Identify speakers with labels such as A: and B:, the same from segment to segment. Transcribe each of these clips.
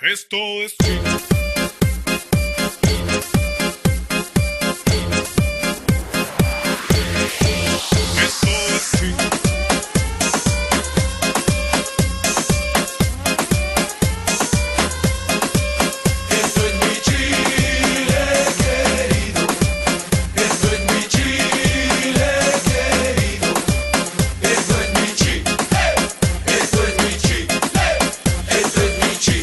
A: Esto es Esto es
B: Esto es mi Chile querido, esto es mi Chile querido, esto es mi Chile, esto es mi Chile, esto es mi Chile.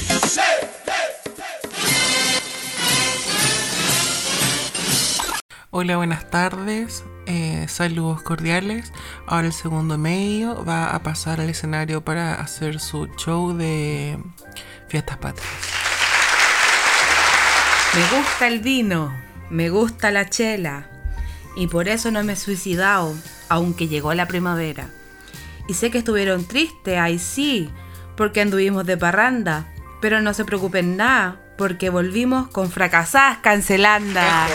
C: Hola, buenas tardes. eh, saludos cordiales. Ahora el segundo medio va a pasar al escenario para hacer su show de fiestas patrias.
D: Me gusta el vino, me gusta la chela y por eso no me he suicidado, aunque llegó la primavera. Y sé que estuvieron tristes, ay sí, porque anduvimos de parranda, pero no se preocupen nada, porque volvimos con fracasadas cancelandas.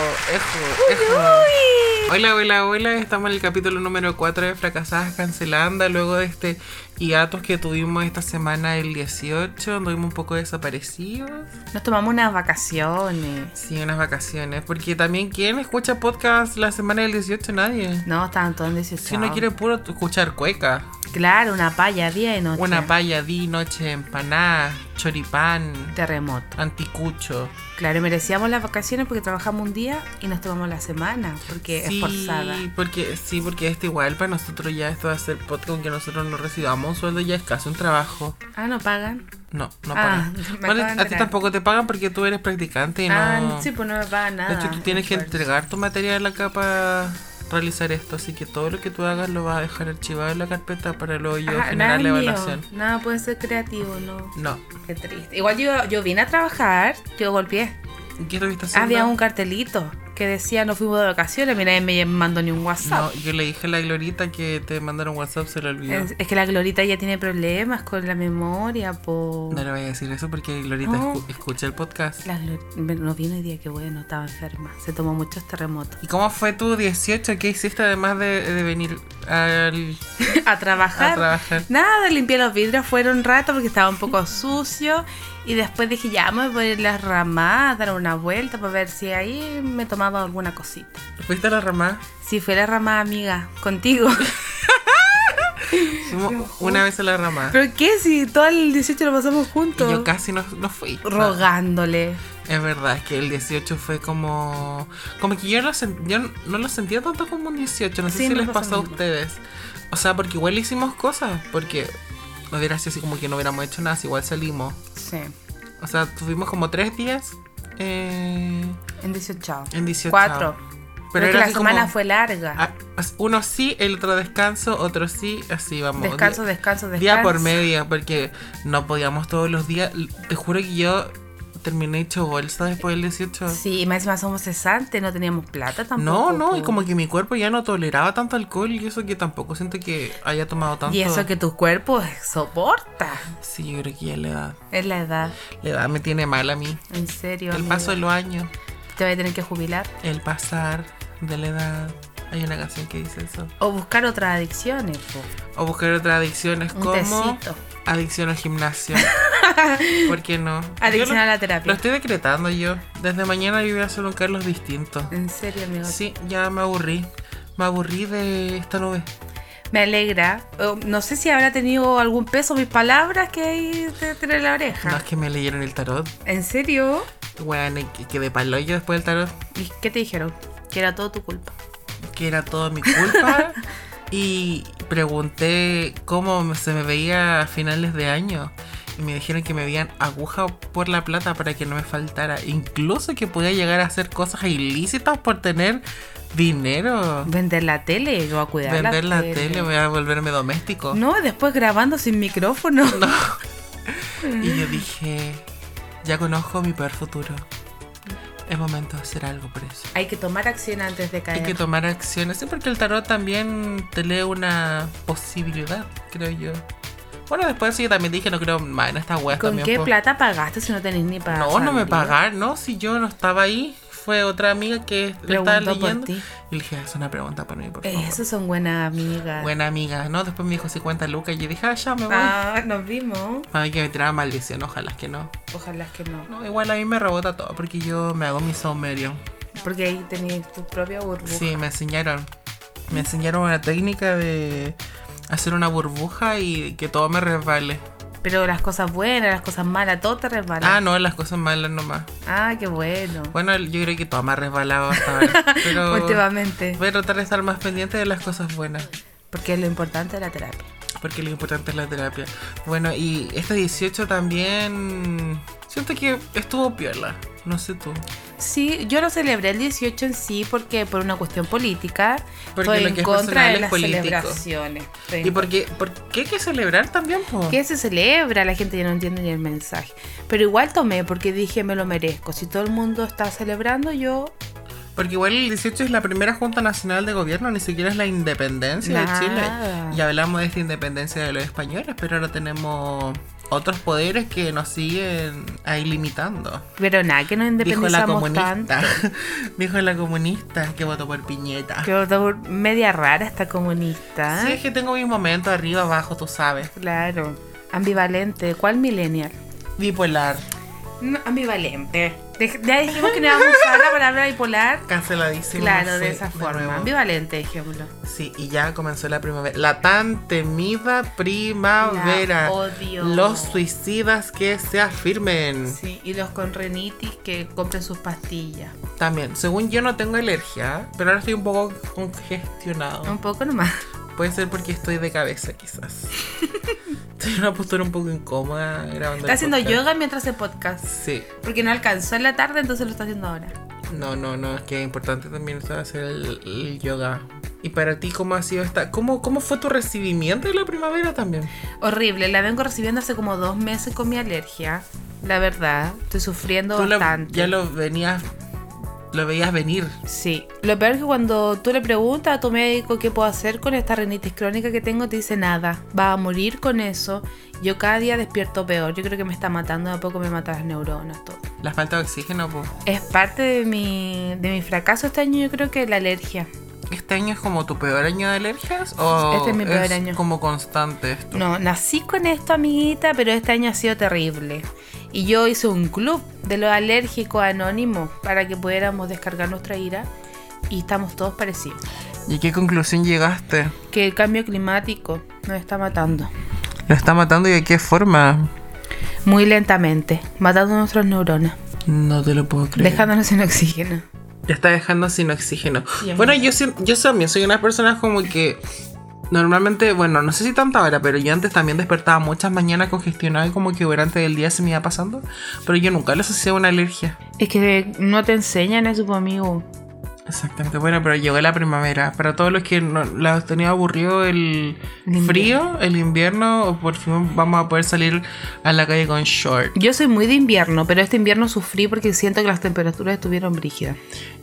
C: Hola, hola, hola. Estamos en el capítulo número 4 de Fracasadas Cancelanda. Luego de este hiatus que tuvimos esta semana, el 18, anduvimos un poco desaparecidos.
D: Nos tomamos unas vacaciones.
C: Sí, unas vacaciones. Porque también, ¿quién escucha podcast la semana del 18? Nadie.
D: No, estaban todos desechados.
C: Si uno quiere puro escuchar cueca.
D: Claro, una palla día y noche.
C: Una paya, di, noche, empanada, choripán,
D: Terremoto.
C: anticucho.
D: Claro, merecíamos las vacaciones porque trabajamos un día y nos tomamos la semana, porque
C: sí,
D: es forzada.
C: Porque, sí, porque este igual para nosotros ya esto de hacer podcast, aunque nosotros no recibamos un sueldo, ya es casi un trabajo.
D: Ah, no pagan.
C: No, no
D: Ah,
C: pagan.
D: me
C: Bueno,
D: acabo de
C: a ti
D: enterar.
C: tampoco te pagan porque tú eres practicante y no.
D: Ah, sí, pues no me pagan nada.
C: de hecho, tú tienes que
D: Fuerte.
C: entregar tu material acá para realizar esto, así que todo lo que tú hagas lo vas a dejar archivado en la carpeta para luego yo
D: Ajá,
C: generar la
D: nada Ah, es mío.
C: evaluación.
D: Nada puede ser creativo, no.
C: No.
D: Qué triste. Igual yo, yo vine a trabajar, yo golpeé.
C: ¿Qué revista
D: Había
C: haciendo?
D: un cartelito que decía no fuimos de vacaciones, mira, nadie me mandó ni un
C: No,
D: WhatsApp.
C: yo le dije a la Glorita que te mandaron WhatsApp, se lo olvidó.
D: Es, es que la Glorita ya tiene problemas con la memoria, po.
C: No le voy a decir eso porque Glorita
D: No.
C: escu- escucha el podcast.
D: La Glor- me- no vino hoy día, que bueno, estaba enferma. Se tomó muchos terremotos.
C: ¿Y cómo fue tu 18? ¿Qué hiciste además de, de venir al...
D: a trabajar.
C: A trabajar.
D: Nada, limpié los vidrios, fueron un rato porque estaba un poco sucio. Y después dije, ya me voy a ir a las ramadas, dar una vuelta para ver si ahí me tomaba alguna cosita.
C: ¿Fuiste a la ramada?
D: Si fue la ramada, amiga, contigo.
C: Fuimos una vez a la ramada.
D: ¿Pero qué? Si todo el 18 lo pasamos
C: Y
D: juntos.
C: yo casi no, no fui.
D: Rogándole.
C: Es verdad, es que el 18 fue como... Como que yo no, sen- yo no lo sentía tanto como un 18. No sé
D: Sí,
C: si
D: me
C: les
D: pasa
C: pasó a
D: lo mismo.
C: ustedes. O sea, porque igual hicimos cosas. Porque no hubiera sido así como que no hubiéramos hecho nada. si Igual salimos.
D: Sí.
C: O sea, tuvimos como tres días eh,
D: En 18.
C: en 18.
D: Cuatro. Pero, es que
C: era
D: la
C: así como,
D: semana fue larga.
C: ah, uno sí, el otro descanso, otro sí, así vamos.
D: descanso,
C: Di-
D: descanso, descanso.
C: Día por medio, porque no podíamos todos los días. L- Te juro que yo terminé hecho bolsa después del 18.
D: Sí, y más encima somos cesantes, no teníamos plata tampoco.
C: No, no, y
D: po.
C: como que mi cuerpo ya no toleraba tanto alcohol y eso que tampoco siento que haya tomado tanto.
D: Y eso que tu cuerpo soporta.
C: Sí, yo creo que ya la edad,
D: Es la edad.
C: la edad me tiene mal a mí.
D: En serio.
C: El
D: amiga.
C: paso de los años.
D: Te voy a tener que jubilar.
C: El pasar de la edad. Hay una canción que dice eso.
D: O buscar otras adicciones. po.
C: O buscar otras adicciones
D: Un
C: como
D: tecito.
C: adicción al gimnasio. ¿Por qué no?
D: Adicción
C: Yo lo-
D: a la terapia.
C: Lo estoy decretando yo. Desde mañana yo voy a hacer un Carlos distinto.
D: En serio, amigo.
C: Sí, ya me aburrí. Me aburrí de esta nube.
D: Me alegra. Oh, No sé si habrá tenido algún peso mis palabras que ahí te tiene la oreja.
C: No es que me leyeron el tarot.
D: ¿En serio?
C: Bueno, y que- quedé palo yo después del tarot.
D: ¿Y qué te dijeron? Que era todo tu culpa.
C: que era todo mi culpa. y pregunté cómo se me veía a finales de año. Y me dijeron que me veían aguja por la plata para que no me faltara. Incluso que podía llegar a hacer cosas ilícitas por tener dinero.
D: Vender la tele, yo voy a cuidar
C: Vender la tele, voy a volverme doméstico.
D: No, después grabando sin micrófono.
C: No. y yo dije, ya conozco mi peor futuro. Es momento de hacer algo por eso.
D: Hay que tomar acción antes de
C: Hay
D: caer.
C: que tomar acciones. Sí, porque el tarot también te lee una posibilidad, creo yo. Bueno, después sí, yo también dije, no creo más en estas weas
D: ¿Con
C: también.
D: qué
C: po.
D: plata pagaste si no tenés ni para
C: No, no me
D: pagaron
C: pagaron, no, si yo no estaba ahí. fue otra amiga que le
D: Preguntó
C: estaba
D: por
C: leyendo.
D: ti.
C: Y le dije, haz una pregunta para mí, por favor.
D: Esas son buenas amigas.
C: Buena amiga, ¿no? Después me dijo 50 lucas y yo dije, ah, ya me voy.
D: Ah, nos vimos.
C: Para mí que me tiraba maldición, ojalá que no.
D: Ojalá que no.
C: No, igual a mí me rebota todo porque yo me hago mi somerio.
D: Porque ahí tenías tu propia burbuja.
C: Sí, me enseñaron. Me enseñaron una técnica de hacer una burbuja y que todo me resbale.
D: Pero las cosas buenas, las cosas malas, todo te resbala.
C: Ah, no, las cosas malas nomás.
D: Ah, qué bueno.
C: Bueno, yo creo que todo me ha resbalado hasta ahora. Pero
D: Últimamente.
C: voy a tratar de estar más pendiente de las cosas buenas.
D: Porque lo importante es la terapia.
C: Porque lo importante es la terapia. Bueno, y este 18 también. Siento que estuvo piola. No sé tú.
D: Sí, yo lo celebré el 18 en sí porque por una cuestión política
C: Porque
D: estoy
C: lo
D: en
C: que es
D: contra
C: personal
D: de
C: es
D: las
C: político.
D: celebraciones. Estoy en
C: ¿Y por qué, por qué hay que celebrar también? po?
D: ¿Qué se celebra? La gente ya no entiende ni el mensaje. Pero igual tomé porque dije me lo merezco. Si todo el mundo está celebrando, yo
C: Porque igual el 18 es la primera Junta Nacional de Gobierno, ni siquiera es la independencia
D: Nada.
C: de Chile. Y hablamos de esta independencia de los españoles, pero ahora tenemos otros poderes que nos siguen ahí limitando.
D: Pero nada, que nos
C: Dijo la
D: independizamos tanto.
C: comunista. Dijo la comunista que votó por Piñeta.
D: Que otra por- media rara esta comunista.
C: Sí,
D: ¿eh?
C: es que tengo mis momentos arriba, abajo, tú sabes.
D: Claro. Ambivalente. ¿Cuál millennial?
C: Bipolar.
D: No, ambivalente. Dej- ya dijimos que no íbamos a usar la palabra bipolar.
C: Canceladísimo.
D: claro,
C: fue
D: de esa forma.
C: nuevo.
D: Ambivalente, dijémoslo.
C: Sí, y ya comenzó la primavera. La tan temida primavera.
D: La odio.
C: Los suicidas que se afirmen.
D: Sí, y los con renitis que compren sus pastillas.
C: También, según yo no tengo alergia, pero ahora estoy un poco congestionado.
D: Un poco nomás.
C: Puede ser porque estoy de cabeza, quizás. estoy en una postura un poco incómoda grabando.
D: Está
C: el
D: haciendo
C: podcast.
D: yoga mientras hace podcast.
C: Sí.
D: Porque no alcanzó en la tarde, entonces lo está haciendo ahora.
C: No, no, no, es que es importante también esto de hacer el, el yoga. Y para ti, ¿cómo ha sido esta? ¿Cómo, ¿Cómo fue tu recibimiento de la primavera también?
D: Horrible, la vengo recibiendo hace como dos meses con mi alergia. La verdad, estoy sufriendo
C: Tú lo-
D: bastante.
C: ya lo venías, lo veías venir.
D: Sí, lo peor es que cuando tú le preguntas a tu médico qué puedo hacer con esta rinitis crónica que tengo, te dice nada, va a morir con eso. Yo cada día despierto peor, yo creo que me está matando, de a poco me mata las neuronas, todo.
C: La falta de oxígeno, pues.
D: Es parte de mi, de mi fracaso este año, yo creo que la alergia.
C: ¿Este año es como tu peor año de alergias? O
D: Este es mi peor año.
C: como constante esto.
D: No, nací con esto, amiguita, pero este año ha sido terrible. Y yo hice un club de los alérgicos anónimos para que pudiéramos descargar nuestra ira y estamos todos parecidos.
C: ¿Y qué conclusión llegaste?
D: Que el cambio climático nos está matando.
C: ¿Lo está matando y de qué forma?
D: Muy lentamente, matando nuestras neuronas,
C: No te lo puedo creer.
D: dejándonos sin oxígeno.
C: Ya está dejando sin oxígeno.
D: Sí,
C: bueno, yo, sí- yo también soy una persona como que normalmente, bueno, no sé si tanta hora, pero yo antes también despertaba muchas mañanas congestionada y como que durante el día se me iba pasando. Pero yo nunca le asociaba una alergia.
D: Es que no te enseñan eso, pues, amigo.
C: Exactamente, bueno, pero llegó la primavera. Para todos los que no, la tenía aburrido el
D: El invierno.
C: frío, el invierno, por fin vamos a poder salir a la calle con short.
D: Yo soy muy de invierno, pero este invierno sufrí porque siento que las temperaturas estuvieron brígidas.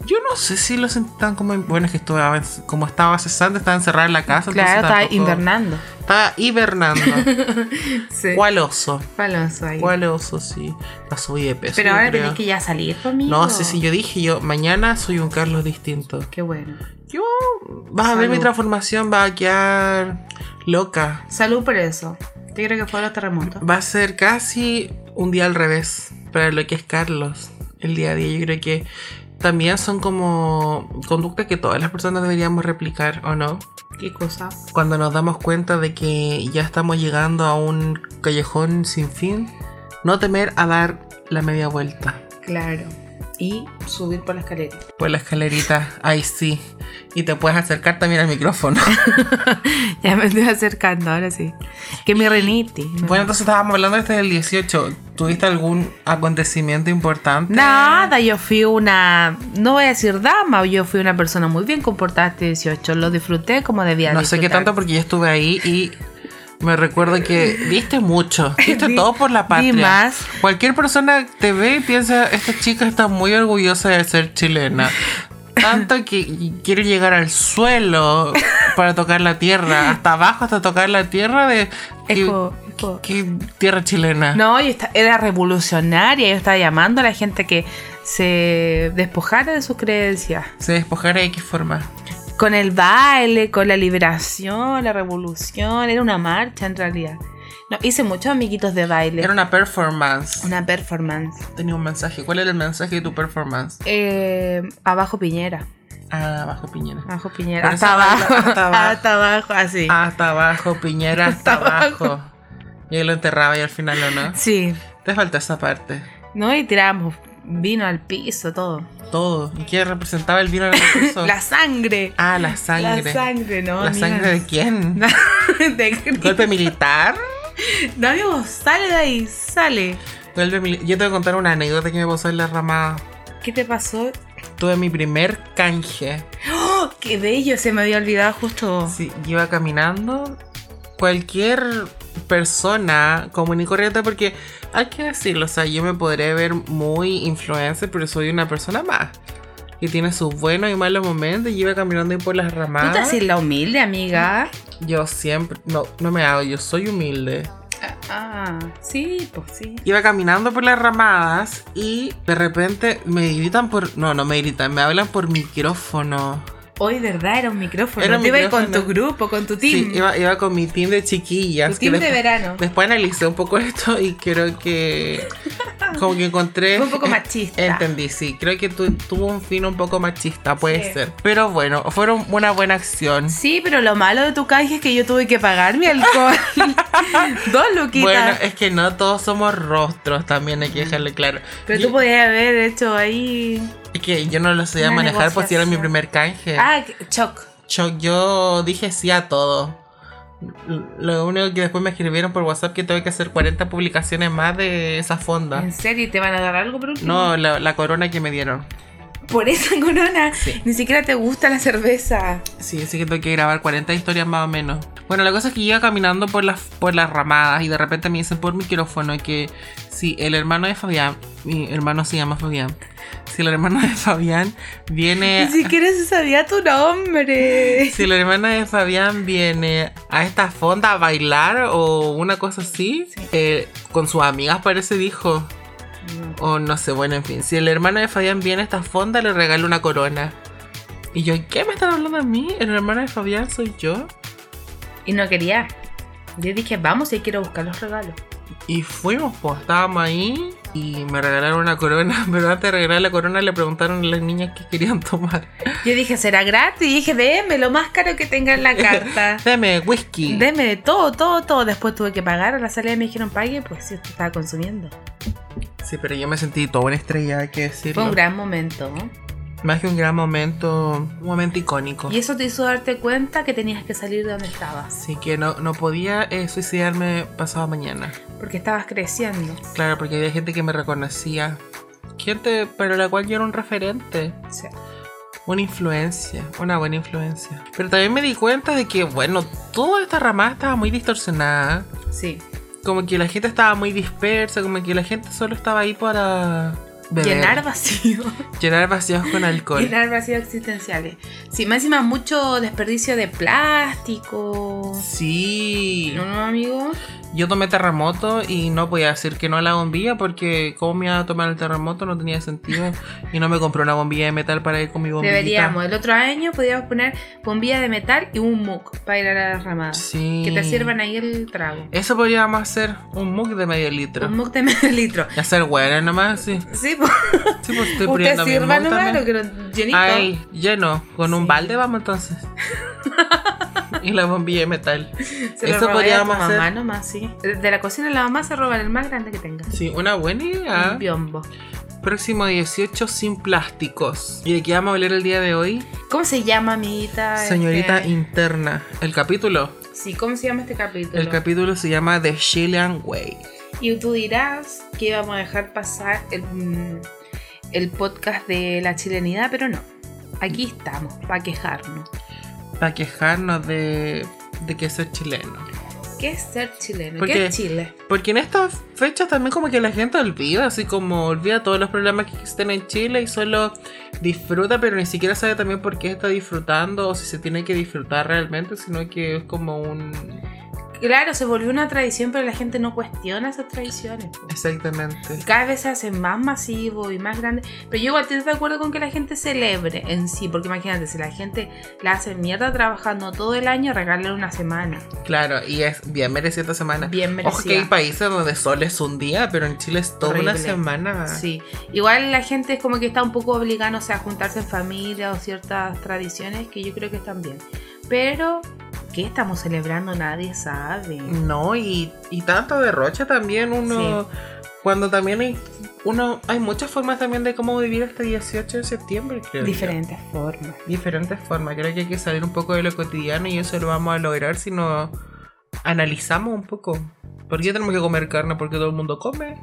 C: Yo no sé si lo sentí tan como. Bueno, es que estaba, en- como estaba cesante, estaba encerrada en la casa.
D: Claro,
C: entonces
D: estaba
C: tampoco-
D: invernando.
C: Estaba hibernando.
D: Sí.
C: ¿Cuál oso?
D: Falso ahí.
C: ¿Cuál oso? Sí. La subí de peso.
D: Pero
C: yo
D: ahora
C: creo.
D: tenés que ya salir pues, conmigo.
C: No, sí, sí, yo dije yo, mañana soy un Carlos distinto.
D: Qué bueno.
C: Yo. Vas a ver
D: Salud.
C: mi transformación, va a quedar loca.
D: Salud por eso. Yo creo que fue los terremotos.
C: Va a ser casi un día al revés para lo que es Carlos. El día a día, yo creo que también son como conductas que todas las personas deberíamos replicar, ¿o no?
D: Qué cosa.
C: Cuando nos damos cuenta de que ya estamos llegando a un callejón sin fin, no temer a dar la media vuelta
D: Claro. Y subir por la escalera.
C: por la escalerita, ahí sí. Y te puedes acercar también al micrófono.
D: Ya me estoy acercando, ahora sí. Que mi renitis.
C: bueno, entonces estábamos hablando este del 18. ¿Tuviste algún acontecimiento importante?
D: Nada, yo fui una, no voy a decir dama, yo fui una persona muy bien comportada este 18, lo disfruté como debía.
C: No sé qué
D: disfrutar.
C: tanto porque yo estuve ahí y me recuerdo que diste mucho, diste
D: Di-
C: todo por la
D: di
C: patria.
D: más.
C: Cualquier persona te ve y piensa, esta chica está muy orgullosa de ser chilena. Tanto que quiere llegar al suelo para tocar la tierra, hasta abajo hasta tocar la tierra de
D: Es
C: que
D: como- po.
C: Qué tierra chilena.
D: No, y esta- era revolucionaria, yo estaba llamando a la gente que se despojara de sus creencias.
C: Se despojara de qué forma.
D: Con el baile, con la liberación, la revolución, era una marcha en realidad. No, hice muchos amiguitos de baile,
C: Era una performance.
D: una performance.
C: Tenía un mensaje. ¿Cuál era el mensaje de tu performance?
D: Eh, abajo Piñera,
C: Ah, abajo Piñera.
D: abajo Piñera,
C: Pero
D: hasta
C: esa baila-
D: abajo,
C: hasta abajo. Ah.
D: hasta abajo, así.
C: Hasta abajo, Piñera, hasta abajo. Y ahí lo enterraba y al final o no.
D: Sí,
C: Te falta esa parte.
D: ¿no? Y tirábamos vino al piso, todo.
C: Todo. ¿Y qué representaba el vino en el curso?
D: La sangre.
C: Ah, la sangre.
D: La sangre, ¿no?
C: ¿La
D: amiga?
C: sangre de quién?
D: de
C: ¿Golpe militar?
D: David, vos sale de ahí, sale.
C: Golpe mili- Yo te voy a contar una anécdota que me pasó en la ramada.
D: ¿Qué te pasó?
C: Tuve mi primer canje.
D: ¡Oh, qué bello! Se me había olvidado justo.
C: Sí, iba caminando. Cualquier persona común y corriente, porque hay que decirlo, o sea, yo me podré ver muy influencer, pero soy una persona más. Que tiene sus buenos y malos momentos y iba caminando ahí por las
D: Tú te
C: ramadas.
D: haces la humilde, amiga.
C: Yo siempre, no, no me hago, yo soy humilde.
D: Ah, sí, pues sí.
C: Iba caminando por las ramadas y de repente me gritan por, no, no me gritan, me hablan por micrófono.
D: Hoy, ¿verdad? Era un micrófono.
C: Era un
D: Te iba a ir con
C: micrófono.
D: tu grupo, con tu
C: Sí,
D: team.
C: iba, iba con mi team de chiquillas.
D: tu team de
C: después-
D: verano.
C: Después analicé un poco esto y creo que como que encontré
D: Fue un poco machista.
C: Entendí, sí. Creo que tu- tuvo un fin un poco machista, puede
D: Sí.
C: ser. Pero bueno, fueron una buena acción.
D: Sí, pero lo malo de tu canje es que yo tuve que pagar mi alcohol. Dos luquitas.
C: Bueno, eh, es que no todos somos rostros, también hay que dejarle claro.
D: pero
C: Yo-
D: tú podías haber hecho ahí.
C: Es que yo no lo sabía
D: Una
C: manejar pues si era mi
D: negociación.
C: primer canje.
D: Ah, que- choc.
C: Yo, yo dije sí a todo. Lo único que después me escribieron por WhatsApp que tengo que hacer 40 publicaciones más de esa fonda.
D: ¿En serio? ¿Te van a dar algo por último?
C: No, la, la corona que me dieron.
D: Por esa corona.
C: Sí.
D: Ni siquiera te gusta la cerveza.
C: Sí, sí que tengo que grabar 40 historias más o menos. Bueno, la cosa es que iba caminando por las, por las ramadas y de repente me dicen por micrófono que si el hermano de Fabián, mi hermano se llama Fabián, si el hermano de Fabián viene...
D: Ni siquiera se sabía tu nombre.
C: Si la hermana de Fabián viene a esta fonda a bailar o una cosa así, eh, con sus amigas parece dijo, o no sé, bueno, en fin, si el hermano de Fabián viene a esta fonda le regalo una corona. Y yo, ¿qué me están hablando a mí? ¿El hermano de Fabián soy yo?
D: Y no quería. Yo dije, vamos, y quiero buscar los regalos.
C: Y fuimos, pues estábamos ahí y me regalaron una corona, pero antes de regalar la corona le preguntaron a las niñas qué querían tomar.
D: Yo dije, será gratis. Y dije, déme lo más caro que tenga en la carta.
C: Deme whisky.
D: Deme de todo, todo, todo. Después tuve que pagar. A la salida me dijeron, pague. Pues sí, esto estaba consumiendo.
C: sí, pero yo me sentí toda una estrella, hay que decirlo.
D: Fue un gran momento. ¿no?
C: Más que un gran momento, un momento icónico.
D: Y eso te hizo darte cuenta que tenías que salir de donde estabas.
C: Así que no, no podía eh, suicidarme pasado mañana.
D: Porque estabas creciendo.
C: Claro, porque había gente que me reconocía. Gente para la cual yo era un referente.
D: O sea,
C: Una influencia, una buena influencia. Pero también me di cuenta de que, bueno, toda esta ramada estaba muy distorsionada.
D: sí.
C: Como que la gente estaba muy dispersa, como que la gente solo estaba ahí para... beber,
D: Llenar vacío.
C: Llenar vacíos con alcohol.
D: Llenar vacíos existenciales. eh. Sí, más encima mucho desperdicio de plástico.
C: Sí.
D: ¿No, no, amigo?
C: Yo tomé terremoto y no podía decir que no a la bombilla porque cómo me iba a tomar el terremoto no tenía sentido y no me compré una bombilla de metal para ir con mi bombilla.
D: Deberíamos. El otro año podríamos poner bombilla de metal y un mug para ir a las ramadas.
C: Sí.
D: Que te sirvan ahí el trago.
C: Eso podríamos hacer un mug de medio litro.
D: Un mug de medio litro.
C: Y hacer hueones nomás, sí.
D: Sí, pues.
C: Sí, pues estoy
D: Usted
C: poniendo mi
D: sirva
C: mug
D: nomás
C: también.
D: lo que lo llenito.
C: Ay, lleno. Con un
D: Sí.
C: balde vamos entonces. y la bombilla de metal.
D: Se lo
C: eso
D: robé
C: podríamos
D: a tu mamá
C: hacer.
D: nomás, sí. De la cocina la mamá se roba el más grande que tenga.
C: Sí, una buena idea.
D: Un biombo.
C: Próximo 18 sin plásticos. ¿Y de qué vamos a hablar el día de hoy?
D: ¿Cómo se llama, amiguita?
C: Señorita
D: Este-
C: interna. El capítulo.
D: Sí, ¿cómo se llama este capítulo?
C: El capítulo se llama The Chilean Way.
D: Y tú dirás que vamos a dejar pasar el, mm, el podcast de la chilenidad, pero no. Aquí estamos, para quejarnos.
C: Para quejarnos de, de que ser chileno.
D: ¿Qué es ser chileno?
C: ¿Por
D: ¿Qué,
C: qué?
D: es Chile?
C: Porque en estas fechas también como que la gente olvida, así como olvida todos los problemas que existen en Chile y solo disfruta, pero ni siquiera sabe también por qué está disfrutando o si se tiene que disfrutar realmente, sino que es como un...
D: Claro, se volvió una tradición, pero la gente no cuestiona esas tradiciones. po.
C: Exactamente.
D: Y Cada vez se hacen más masivo y más grande. Pero yo igual estoy de acuerdo con que la gente celebre en sí, porque imagínate, si la gente la hace mierda trabajando todo el año, regalan una semana.
C: Claro, y es bien merecida esta semana.
D: Bien
C: Ojo que hay
D: merecida.
C: países donde solo es un día, pero en Chile es toda una
D: Horrible.
C: semana.
D: Sí. Igual la gente es como que está un poco obligada, no sé, a juntarse en familia o ciertas tradiciones que yo creo que están bien. Pero, ¿qué estamos celebrando? Nadie sabe.
C: No, y, y tanto derroche también uno. Cuando también hay. Uno, hay muchas formas también de cómo vivir este 18 de septiembre, creo. yo.
D: Diferentes formas.
C: Diferentes formas. Creo que hay que salir un poco de lo cotidiano y eso lo vamos a lograr si nos analizamos un poco. ¿Por qué tenemos que comer carne? Porque todo el mundo come.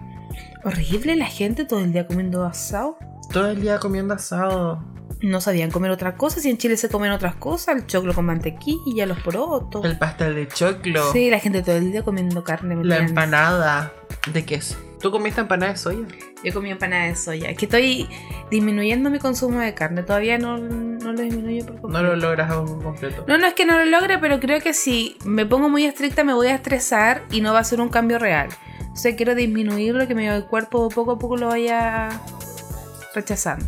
D: Horrible la gente todo el día comiendo asado.
C: Todo el día comiendo asado.
D: No sabían comer otra cosa. Si en Chile se comen otras cosas, el choclo con mantequilla, los porotos.
C: El pastel de choclo.
D: Sí, la gente todo el día comiendo carne. me
C: La
D: tiran-
C: empanada de queso. ¿Tú comiste empanada de soya?
D: Yo comí empanada de soya. Es que estoy disminuyendo mi consumo de carne. Todavía no, no lo disminuyo por
C: No
D: completo.
C: lo logras aún completo.
D: No, no es que no lo logre, pero creo que si me pongo muy estricta me voy a estresar y no va a ser un cambio real. O sea, quiero disminuirlo, que mi el cuerpo poco a poco lo vaya rechazando.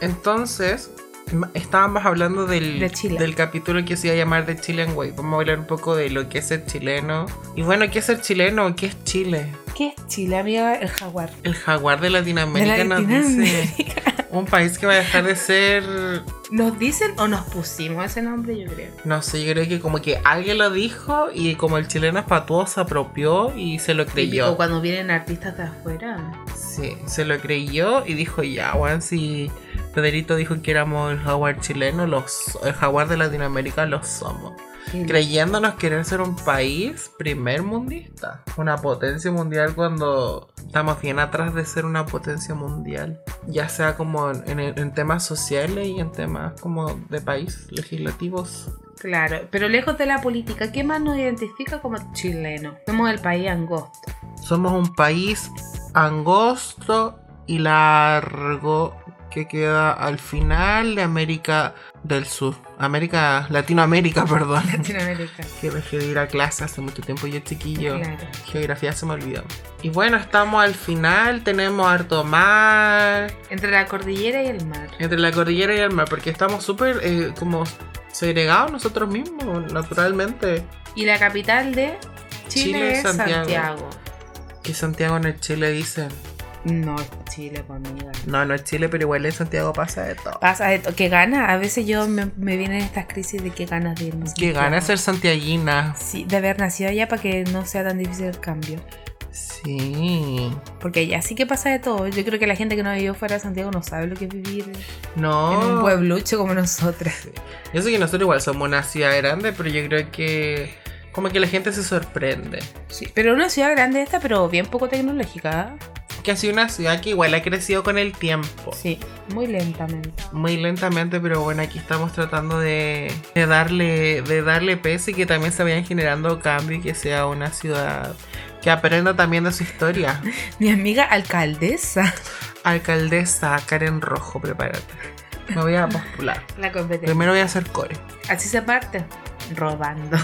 C: Entonces, ma- estábamos hablando del,
D: De Chile.
C: del capítulo que se iba a llamar de Chilean Way. Vamos a hablar un poco de lo que es ser chileno. Y bueno, ¿qué es ser chileno? ¿Qué es Chile?
D: ¿Qué es Chile, amiga? El jaguar.
C: El jaguar de
D: De
C: Latinoamérica
D: la
C: nos dice
D: Latinoamérica.
C: un país que va a dejar de ser.
D: ¿Nos dicen o nos pusimos ese nombre? Yo creo.
C: No sé, yo creo que como que alguien lo dijo y como el chileno es patuoso, se apropió y se lo creyó.
D: O cuando vienen artistas de afuera.
C: Sí, se lo creyó y dijo, ya, weón, si Pedrito dijo que éramos el jaguar chileno, los, el jaguar de Latinoamérica lo somos. Creyéndonos querer ser un país primer mundista, una potencia mundial cuando estamos bien atrás de ser una potencia mundial, ya sea como en, en- en temas sociales y en temas como de país, legislativos.
D: Claro, pero lejos de la política, ¿qué más nos identifica como chileno? Somos el país angosto.
C: Somos un país angosto y largo que queda al final de América del Sur. América, Latinoamérica, perdón.
D: Latinoamérica.
C: que dejé de ir a clase hace mucho tiempo yo chiquillo.
D: Claro.
C: Geografía se me olvidó. Y bueno, estamos al final, tenemos harto mar,
D: Entre la cordillera y el mar.
C: entre la cordillera y el mar, porque estamos súper eh, como segregados nosotros mismos, naturalmente.
D: Y la capital de Chile,
C: Chile es
D: es Santiago.
C: Que Santiago no es Chile, dicen.
D: No es Chile, pues, amiga.
C: No, no es Chile, pero igual en Santiago pasa de todo.
D: Pasa de to- que gana. A veces yo me, me vienen estas crisis de que ganas de irnos.
C: Que gana ser santiaguina.
D: Sí, de haber nacido allá para que no sea tan difícil el cambio.
C: Sí.
D: Porque allá sí que pasa de todo. Yo creo que la gente que no vivió fuera de Santiago no sabe lo que es vivir
C: No.
D: en un pueblucho como nosotras.
C: Yo sé que nosotros igual somos una ciudad grande, pero yo creo que como que la gente se sorprende.
D: Sí, pero una ciudad grande esta, pero bien poco tecnológica. ¿eh?
C: Que ha sido una ciudad que igual ha crecido con el tiempo.
D: Sí, muy lentamente.
C: Muy lentamente, pero bueno, aquí estamos tratando de, de darle de darle peso y que también se vayan generando cambios y que sea una ciudad que aprenda también de su historia.
D: Mi amiga alcaldesa.
C: Alcaldesa Karen Rojo, prepárate. Me voy a postular.
D: La competencia.
C: Primero voy a hacer core.
D: Así se parte. Robando.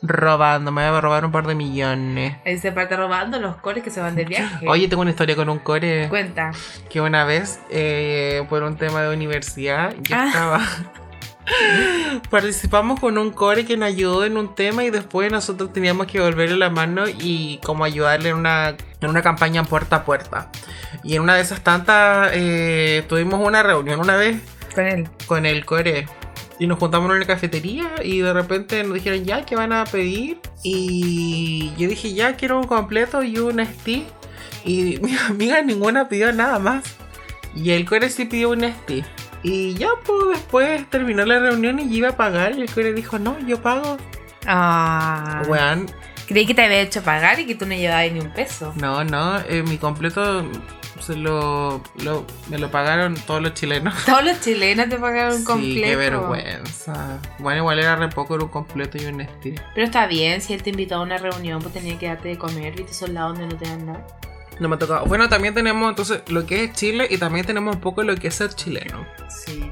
C: Robando, me voy a robar un par de millones.
D: Ahí se parte robando los cores que se van de viaje.
C: Oye, tengo una historia con un core
D: Cuenta.
C: que una vez, eh, por un tema de universidad, yo
D: Ah.
C: estaba. Participamos con un core que nos ayudó en un tema y después nosotros teníamos que volverle la mano y como ayudarle en una, en una campaña puerta a puerta. Y en una de esas tantas eh, tuvimos una reunión una vez
D: Con él.
C: con el core. Y nos juntamos en una cafetería y de repente nos dijeron ya que van a pedir. Y yo dije ya quiero un completo y un ST. Y mi amiga ninguna pidió nada más. Y el core sí pidió un ST. Y ya pues después terminó la reunión y yo iba a pagar. Y el core dijo no, yo pago.
D: Ah.
C: Weón,
D: Creí que te había hecho pagar y que tú no llevabas ni un peso.
C: no, no, eh, mi completo se lo, lo- me lo pagaron todos los chilenos.
D: Todos los chilenos te pagaron
C: Sí,
D: completo.
C: qué vergüenza. Bueno, igual era re poco, era un completo y un ST.
D: Pero está bien, si él te invitó a una reunión, pues tenía que darte de comer, viste, esos lados donde no te dan nada.
C: No me ha tocado. Bueno, también tenemos entonces lo que es Chile y también tenemos un poco lo que es ser chileno.
D: Sí.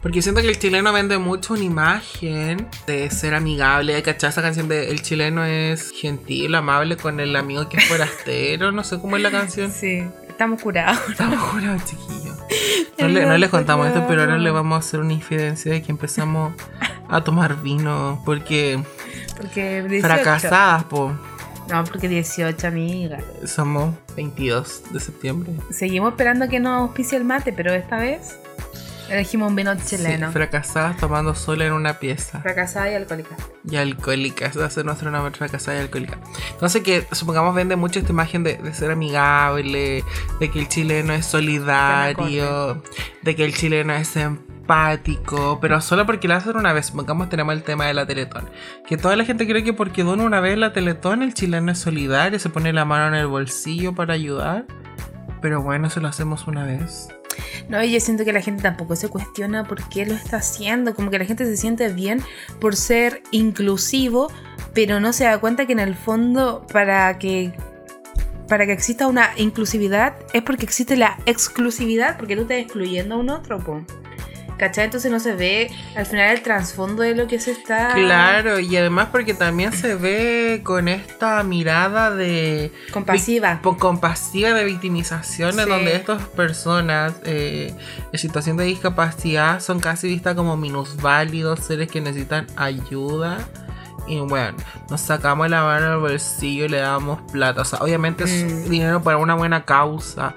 C: Porque siento que el chileno vende mucho una imagen de ser amigable. ¿Cachai? Esa canción de El chileno es gentil, amable con el amigo que es forastero. No sé cómo es la canción.
D: Sí, estamos curados.
C: Estamos jurados, chiquillos. No, le- no les contamos esto, pero ahora le vamos a hacer una infidencia de que empezamos a tomar vino. Porque
D: Porque 18.
C: fracasadas, po.
D: No, porque 18, amiga.
C: Somos 22 de septiembre.
D: Seguimos esperando que nos auspicie el mate, pero esta vez elegimos un vino
C: Sí,
D: chileno.
C: fracasadas tomando sola en una pieza.
D: Fracasada y alcohólica.
C: Y alcohólica, ese va a ser nuestro nombre, fracasada y alcohólica. Entonces que supongamos vende mucho esta imagen de, de ser amigable, de que el chileno es solidario, de que el chileno es empático, pero solo porque lo hacen una vez. Supongamos tenemos el tema de la Teletón. Que toda la gente cree que porque dona una vez la Teletón, el chileno es solidario, se pone la mano en el bolsillo para ayudar. Pero bueno, se lo hacemos una vez.
D: No, y yo siento que la gente tampoco se cuestiona por qué lo está haciendo. Como que la gente se siente bien por ser inclusivo, pero no se da cuenta que en el fondo para que para que exista una inclusividad es porque existe la exclusividad, porque tú estás excluyendo a un otro, po. ¿Cachai? Entonces no se ve al final el trasfondo de lo que se está
C: Claro, y además porque también se ve con esta mirada de...
D: compasiva.
C: Por compasiva de victimización, en
D: Sí.
C: donde estas personas eh, en situación de discapacidad son casi vistas como minusválidos, seres que necesitan ayuda. Y bueno, nos sacamos la mano al bolsillo y le damos plata. O sea, obviamente es
D: Mm.
C: dinero para una buena causa,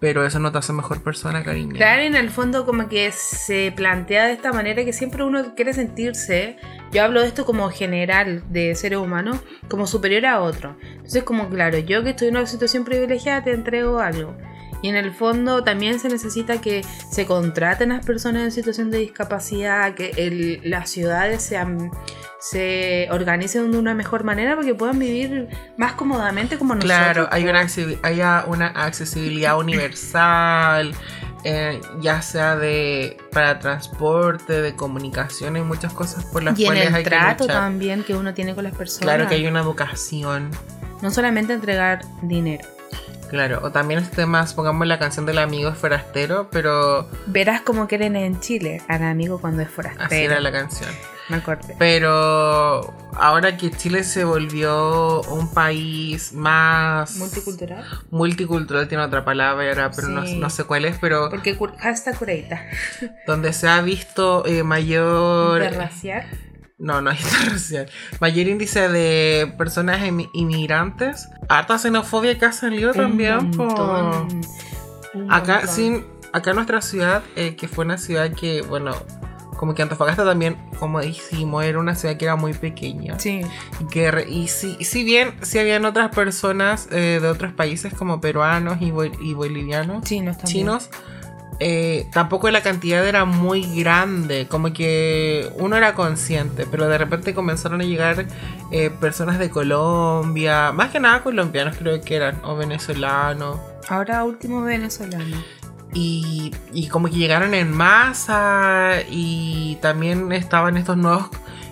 C: pero eso no te hace mejor persona, cariño.
D: Claro, en el fondo como que se plantea de esta manera que siempre uno quiere sentirse, yo hablo de esto como general de seres humanos, como superior a otro. Entonces como claro, yo que estoy en una situación privilegiada te entrego algo. Y en el fondo también se necesita que se contraten a las personas en situación de discapacidad, que el- las ciudades sean, se organicen de una mejor manera porque puedan vivir más cómodamente como nosotros.
C: Claro, hay una, accesi- haya una accesibilidad universal, eh, ya sea de para transporte, de comunicación, hay muchas cosas por las
D: y en
C: cuales
D: el
C: hay que
D: trato
C: luchar.
D: también que uno tiene con las personas.
C: Claro que hay una educación.
D: No solamente entregar dinero.
C: Claro, o también este tema, pongamos la canción del amigo forastero, pero
D: Verás cómo quieren en Chile al amigo cuando es forastero.
C: así era la canción.
D: Me acordé.
C: Pero ahora que Chile se volvió un país más
D: Multicultural.
C: multicultural, tiene otra palabra, pero no,
D: Sí.
C: no sé cuál es, pero
D: Porque cur- hasta cureita.
C: donde se ha visto eh, mayor...
D: Interracial.
C: No, no hay interracial. Mayor índice de personas inmi- inmigrantes. Harta xenofobia que ha salido también.
D: Un
C: po.
D: montón. Un
C: Acá,
D: montón.
C: sin, acá en nuestra ciudad, eh, que fue una ciudad que, bueno, como que Antofagasta también, como dijimos, era una ciudad que era muy pequeña.
D: Sí.
C: Y, que, re- y si, si bien si habían otras personas eh, de otros países como peruanos y, bol- y bolivianos,
D: Chinos también.
C: chinos, eh, tampoco la cantidad era muy grande, como que uno era consciente, pero de repente comenzaron a llegar eh, personas de Colombia, más que nada colombianos creo que eran, o venezolanos,
D: Ahora último venezolano.
C: y, y como que llegaron en masa y también estaban estos nuevos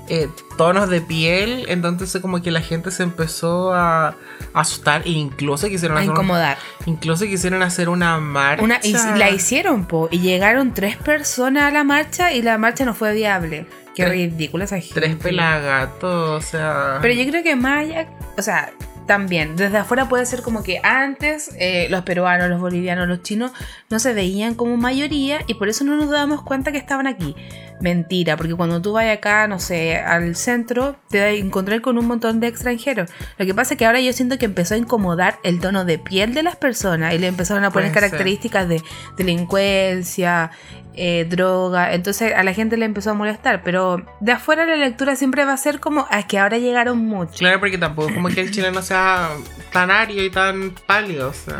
C: eh, tonos de piel, entonces como que la gente se empezó a, a asustar e incluso quisieron
D: A
C: hacer, un-
D: incomodar.
C: incluso quisieron hacer una marcha.
D: Una, y si- la hicieron, po. Y llegaron tres personas a la marcha y la marcha no fue viable. Qué
C: Tres-
D: ridícula esa gente.
C: Tres pelagatos, o sea.
D: Pero yo creo que más allá, o sea, también, desde afuera puede ser como que antes eh, los peruanos, los bolivianos, los chinos no se veían como mayoría y por eso no nos dábamos cuenta que estaban aquí. Mentira, porque cuando tú vas acá, no sé, al centro, te vas a encontrar con un montón de extranjeros. Lo que pasa es que ahora yo siento que empezó a incomodar el tono de piel de las personas y le empezaron a poner
C: Puede ser.
D: características de delincuencia, eh, droga. Entonces a la gente le empezó a molestar, pero de afuera la lectura siempre va a ser como a que ahora llegaron muchos.
C: Claro, porque tampoco es como que el chileno sea tan ario y tan pálido, o sea,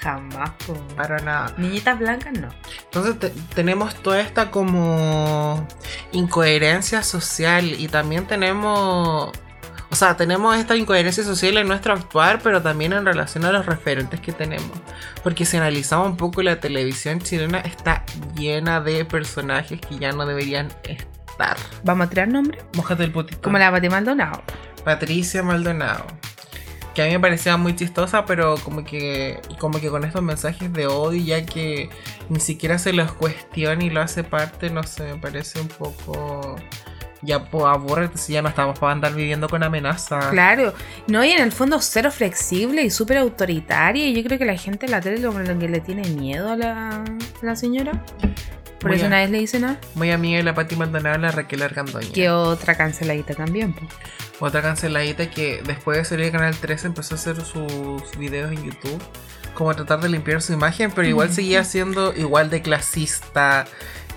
D: Jamás. po.
C: para nada.
D: Niñitas blancas no.
C: Entonces te- tenemos toda esta como incoherencia social y también tenemos, o sea, tenemos esta incoherencia social en nuestro actuar, pero también en relación a los referentes que tenemos. Porque si analizamos un poco la televisión chilena está llena de personajes que ya no deberían estar. Ah.
D: Vamos a tirar nombres.
C: Mójate el putito.
D: Como la Pati Maldonado.
C: Patricia Maldonado. Que que a mí me parecía muy chistosa, pero como que, como que con estos mensajes de odio, ya que ni siquiera se los cuestiona y lo hace parte, no sé, me parece un poco. Ya, pues, aburre, si ya no estamos para andar viviendo con amenaza.
D: Claro, no, y en el fondo cero flexible y súper autoritaria. Y yo creo que la gente en la tele como lo que le tiene miedo a la, la señora. Por
C: Muy
D: eso
C: bien.
D: nadie le dice nada.
C: Muy amiga de la Pati Maldonado, la Raquel Argandoña.
D: Que otra canceladita también. po.
C: Otra canceladita que después de salir de Canal 13 empezó a hacer sus videos en YouTube. Como a tratar de limpiar su imagen, pero igual seguía siendo igual de clasista,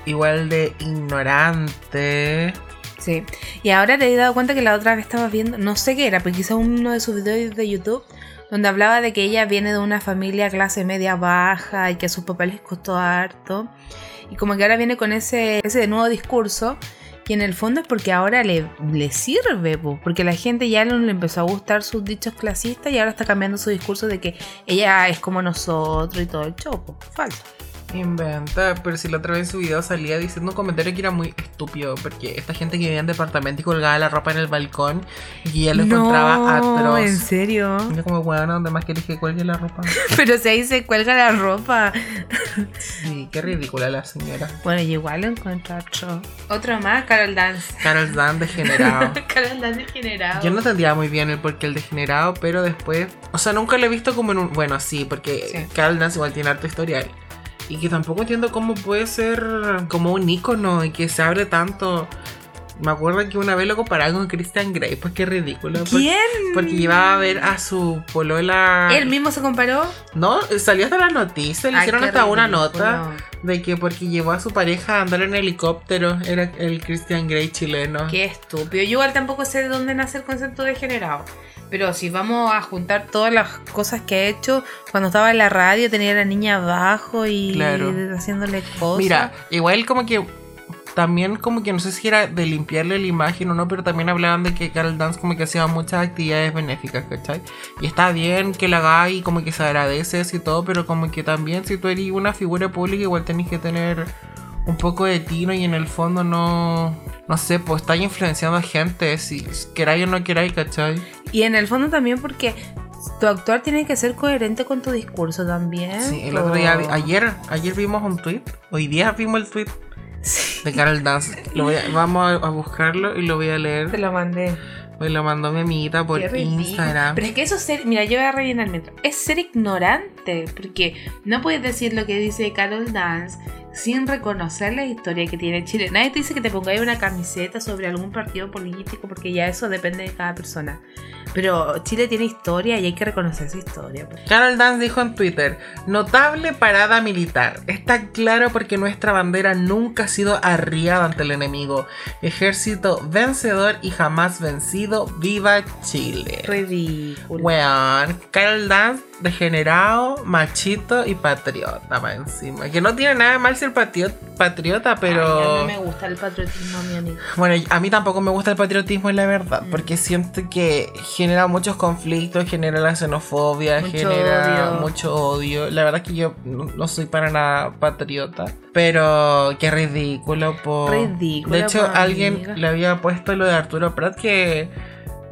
C: igual de ignorante.
D: Sí. Y ahora te he dado cuenta que la otra vez estabas viendo, no sé qué era, pero quizás uno de sus videos de YouTube, donde hablaba de que ella viene de una familia clase media baja y que a sus papás les costó harto. Y como que ahora viene con ese, ese de nuevo discurso, que en el fondo es porque ahora le, le sirve, po, porque la gente ya no le empezó a gustar sus dichos clasistas y ahora está cambiando su discurso de que ella es como nosotros y todo el chopo. Falso.
C: Inventa, pero si la otra vez en su video salía diciendo un comentario que era muy estúpido, porque esta gente que vivía en departamento y colgaba la ropa en el balcón y ella lo encontraba atroz.
D: ¿En serio?
C: Y Yo como, bueno, ¿dónde más querés que cuelgue la ropa?
D: Pero si ahí se cuelga la ropa.
C: Sí, qué ridícula la señora.
D: Bueno, yo igual lo encuentro otro. Otro más, Carol Dance.
C: Carol Dan degenerado.
D: Carol Dance degenerado.
C: Ah. Yo no entendía muy bien el porqué el degenerado, pero después. O sea, nunca lo he visto como en un. Bueno, sí, porque
D: Sí.
C: Carol Dance igual tiene harto historial. Y que tampoco entiendo cómo puede ser como un ícono y que se abre tanto. Me acuerdo que una vez lo compararon con Christian Grey, pues qué ridículo. por-
D: ¿Quién?
C: Porque, llevaba a ver a su polola.
D: Él mismo se comparó.
C: No, salió hasta la noticia, le
D: Ay,
C: hicieron
D: qué
C: hasta una
D: ridículo.
C: nota de que porque llevó a su pareja a andar en helicóptero, era el Christian Grey chileno.
D: Ah. Qué estúpido. Yo igual tampoco sé de dónde nace el concepto degenerado. Pero si vamos a juntar todas las cosas que ha hecho, cuando estaba en la radio tenía a la niña abajo y
C: Claro.
D: haciéndole cosas.
C: Mira, igual como que también como que no sé si era de limpiarle la imagen o no, pero también hablaban de que Carol Dance como que hacía muchas actividades benéficas, ¿cachai? Y está bien que la haga y como que se agradece eso y todo, pero como que también si tú eres una figura pública igual tenés que tener un poco de tino y en el fondo no, no sé, pues estáis influenciando a gente, si queráis o no queráis, ¿cachai?
D: Y en el fondo también porque tu actuar tiene que ser coherente con tu discurso también.
C: Sí, el otro día, vi-
D: po.
C: ayer, ayer vimos un tweet, hoy día vimos el tweet
D: Sí,
C: de Carol Dance. Lo voy a- vamos a- a buscarlo y lo voy a leer.
D: te lo mandé.
C: Me lo mandó mi amiguita por
D: Qué ridículo.
C: Instagram.
D: Pero es que eso es ser, mira, yo voy a rellenar mientras. Es ser ignorante, porque no puedes decir lo que dice Carol Dance sin reconocer la historia que tiene Chile. Nadie te dice que te pongáis una camiseta sobre algún partido político, porque ya eso depende de cada persona. Pero Chile tiene historia y hay que reconocer su historia. pues.
C: Carol Dance dijo en Twitter, notable parada militar. Está claro porque nuestra bandera nunca ha sido arriada ante el enemigo. Ejército vencedor y jamás vencido. Viva Chile.
D: Ridículo.
C: Weón, Carol Dance, degenerado, machito y patriota más encima. Que no tiene nada de mal ser patio- patriota,
D: Ay,
C: pero...
D: a mí no me gusta el patriotismo, mi amigo.
C: Bueno, a mí tampoco me gusta el patriotismo, es la verdad,
D: Mm.
C: porque siento que genera muchos conflictos, genera la xenofobia,
D: Mucho
C: genera
D: odio.
C: mucho odio. La verdad es que yo no, no soy para nada patriota, pero qué ridículo, po.
D: Ridículo,
C: De hecho,
D: po,
C: alguien
D: amiga.
C: le había puesto lo de Arturo Prat que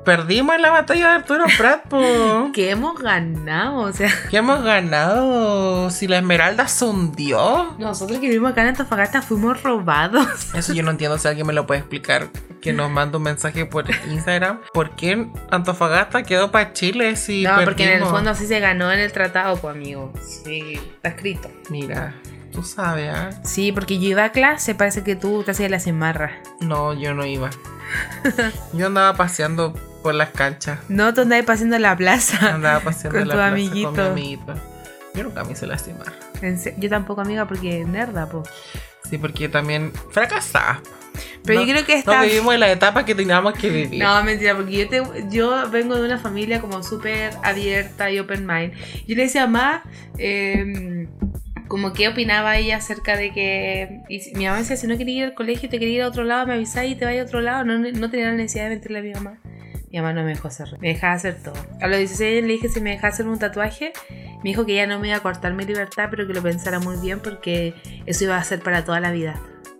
C: perdimos la batalla de Arturo Prat, po.
D: Que hemos ganado, o sea,
C: ¿Qué hemos ganado? Si la Esmeralda se hundió.
D: nosotros que vivimos acá en Antofagasta fuimos robados.
C: Eso yo no entiendo si alguien me lo puede explicar. Que nos manda un mensaje por Instagram. ¿Por qué Antofagasta quedó para Chile si
D: no, porque en el
C: perdimos?
D: fondo así se ganó en el tratado, pues amigo. Sí, está escrito.
C: Mira, tú sabes, ¿ah?
D: Sí, porque yo iba a clase, parece que tú te hacías la cimarra.
C: No, yo no iba. Yo andaba paseando por las canchas.
D: No, tú andabas pasando en la plaza.
C: Andaba paseando
D: Con
C: en la
D: tu
C: plaza
D: amiguito.
C: con mi amiguito. Yo nunca me hice lastimar.
D: En se- Yo tampoco, amiga, porque nerda, pues.
C: Sí, porque también fracasaba.
D: Pero yo creo que está-
C: No vivimos en la etapa que teníamos que vivir.
D: No, mentira, porque yo, te- yo vengo de una familia como súper abierta y open mind. Yo le decía a mamá, eh, como qué opinaba ella acerca de que. y si- mi mamá decía: si no quería ir al colegio, te quería ir a otro lado, me avisáis y te vais a otro lado. No, no tenía la necesidad de mentirle a mi mamá. Mi mamá no me dejó hacer, me dejaba hacer todo. A los 16 años le dije si me dejaba hacer un tatuaje. Me dijo que ya no me iba a cortar mi libertad, pero que lo pensara muy bien porque eso iba a ser para toda la vida.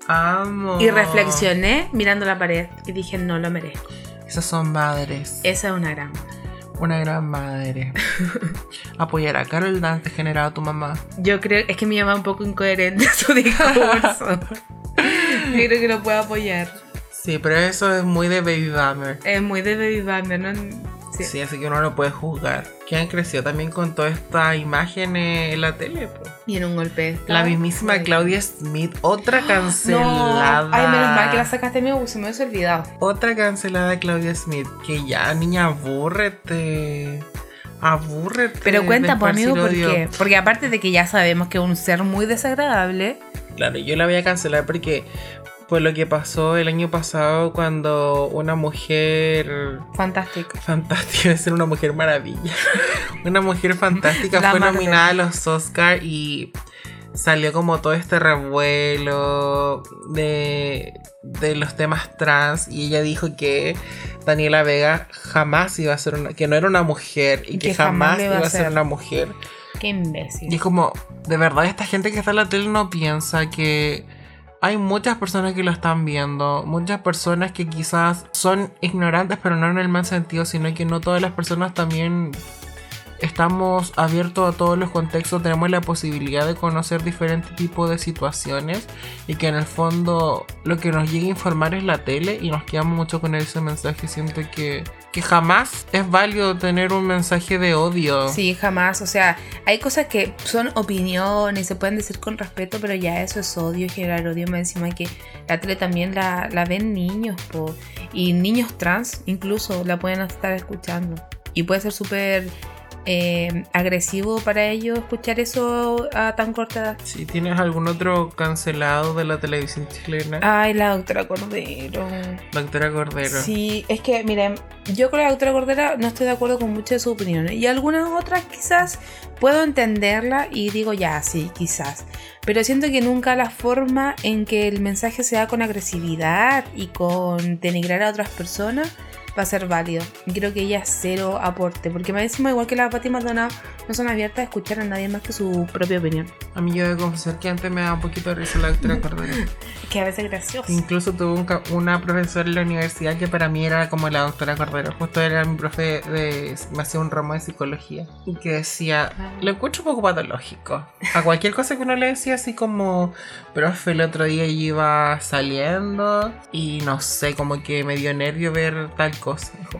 C: Amo.
D: Y reflexioné mirando la pared y dije, no lo merezco. Eh.
C: Esas son madres.
D: Esa es una gran.
C: una gran madre. Apoyar a Carol Dance generado a tu mamá.
D: Yo creo, es que mi mamá es un poco incoherente en su discurso. Yo creo que lo puedo apoyar.
C: Sí, pero eso es muy de Baby Bummer.
D: Es muy de Baby Bummer, ¿no? Sí.
C: Sí. así que uno no puede juzgar. Que han crecido también con toda esta imagen eh, en la tele. po.
D: Y en un golpe. de estado.
C: La mismísima
D: Ay.
C: Claudia Smith, otra
D: No.
C: cancelada.
D: Ay, menos mal que la sacaste, me se me hubiese olvidado.
C: Otra cancelada Claudia Smith, que ya, niña, abúrrete. Abúrrete.
D: Pero
C: de
D: cuenta, pues, amigo, ¿por
C: esparcir
D: qué?
C: odio.
D: Porque aparte de que ya sabemos que es un ser muy desagradable,
C: Claro, yo la voy a cancelar porque por lo que pasó el año pasado cuando una mujer
D: fantástico.
C: fantástica, iba a ser una mujer maravilla, una mujer fantástica
D: La
C: fue
D: Marvel.
C: nominada a los Oscar y salió como todo este revuelo de, de los temas trans y ella dijo que Daniela Vega jamás iba a ser una, que no era una mujer y que,
D: Que jamás
C: jamás,
D: lo
C: iba a ser una mujer.
D: Qué
C: Y
D: imbécil.
C: es como, de verdad, esta gente que está en la tele no piensa que hay muchas personas que lo están viendo, muchas personas que quizás son ignorantes, pero no en el mal sentido, sino que no todas las personas también estamos abiertos a todos los contextos, tenemos la posibilidad de conocer diferentes tipos de situaciones y que en el fondo lo que nos llega a informar es la tele y nos quedamos mucho con ese mensaje. Siento que, que jamás es válido tener un mensaje de odio.
D: Sí, jamás. O sea, hay cosas que son opiniones, se pueden decir con respeto, pero ya eso es odio, generar odio. Me encima que la tele también la, la ven niños, po, y niños trans incluso la pueden estar escuchando. Y puede ser súper eh, agresivo para ellos escuchar eso a tan corta edad.
C: Si tienes algún otro cancelado de la televisión chilena,
D: Ay, la doctora Cordero.
C: doctora Cordero.
D: Sí, es que miren, yo con la doctora Cordera no estoy de acuerdo con muchas de sus opiniones y algunas otras quizás puedo entenderla y digo ya, sí, quizás. Pero siento que nunca la forma en que el mensaje se da con agresividad y con denigrar a otras personas va a ser válido. Y Creo que ella cero aporte, porque me encima igual que la Pati Maldonado no son abiertas a escuchar a nadie más que su propia opinión.
C: A mí yo debo confesar que antes me daba un poquito de risa la doctora Cordero.
D: Que a veces es gracioso.
C: Incluso tuve un ca- una profesora en la universidad que para mí era como la doctora Cordero. Justo era mi profe de... me hacía un ramo de psicología. Y que decía, lo encuentro un poco patológico. A cualquier cosa que uno le decía así como, profe, el otro día yo iba saliendo y no sé, como que me dio nervio ver tal cosa. Dijo,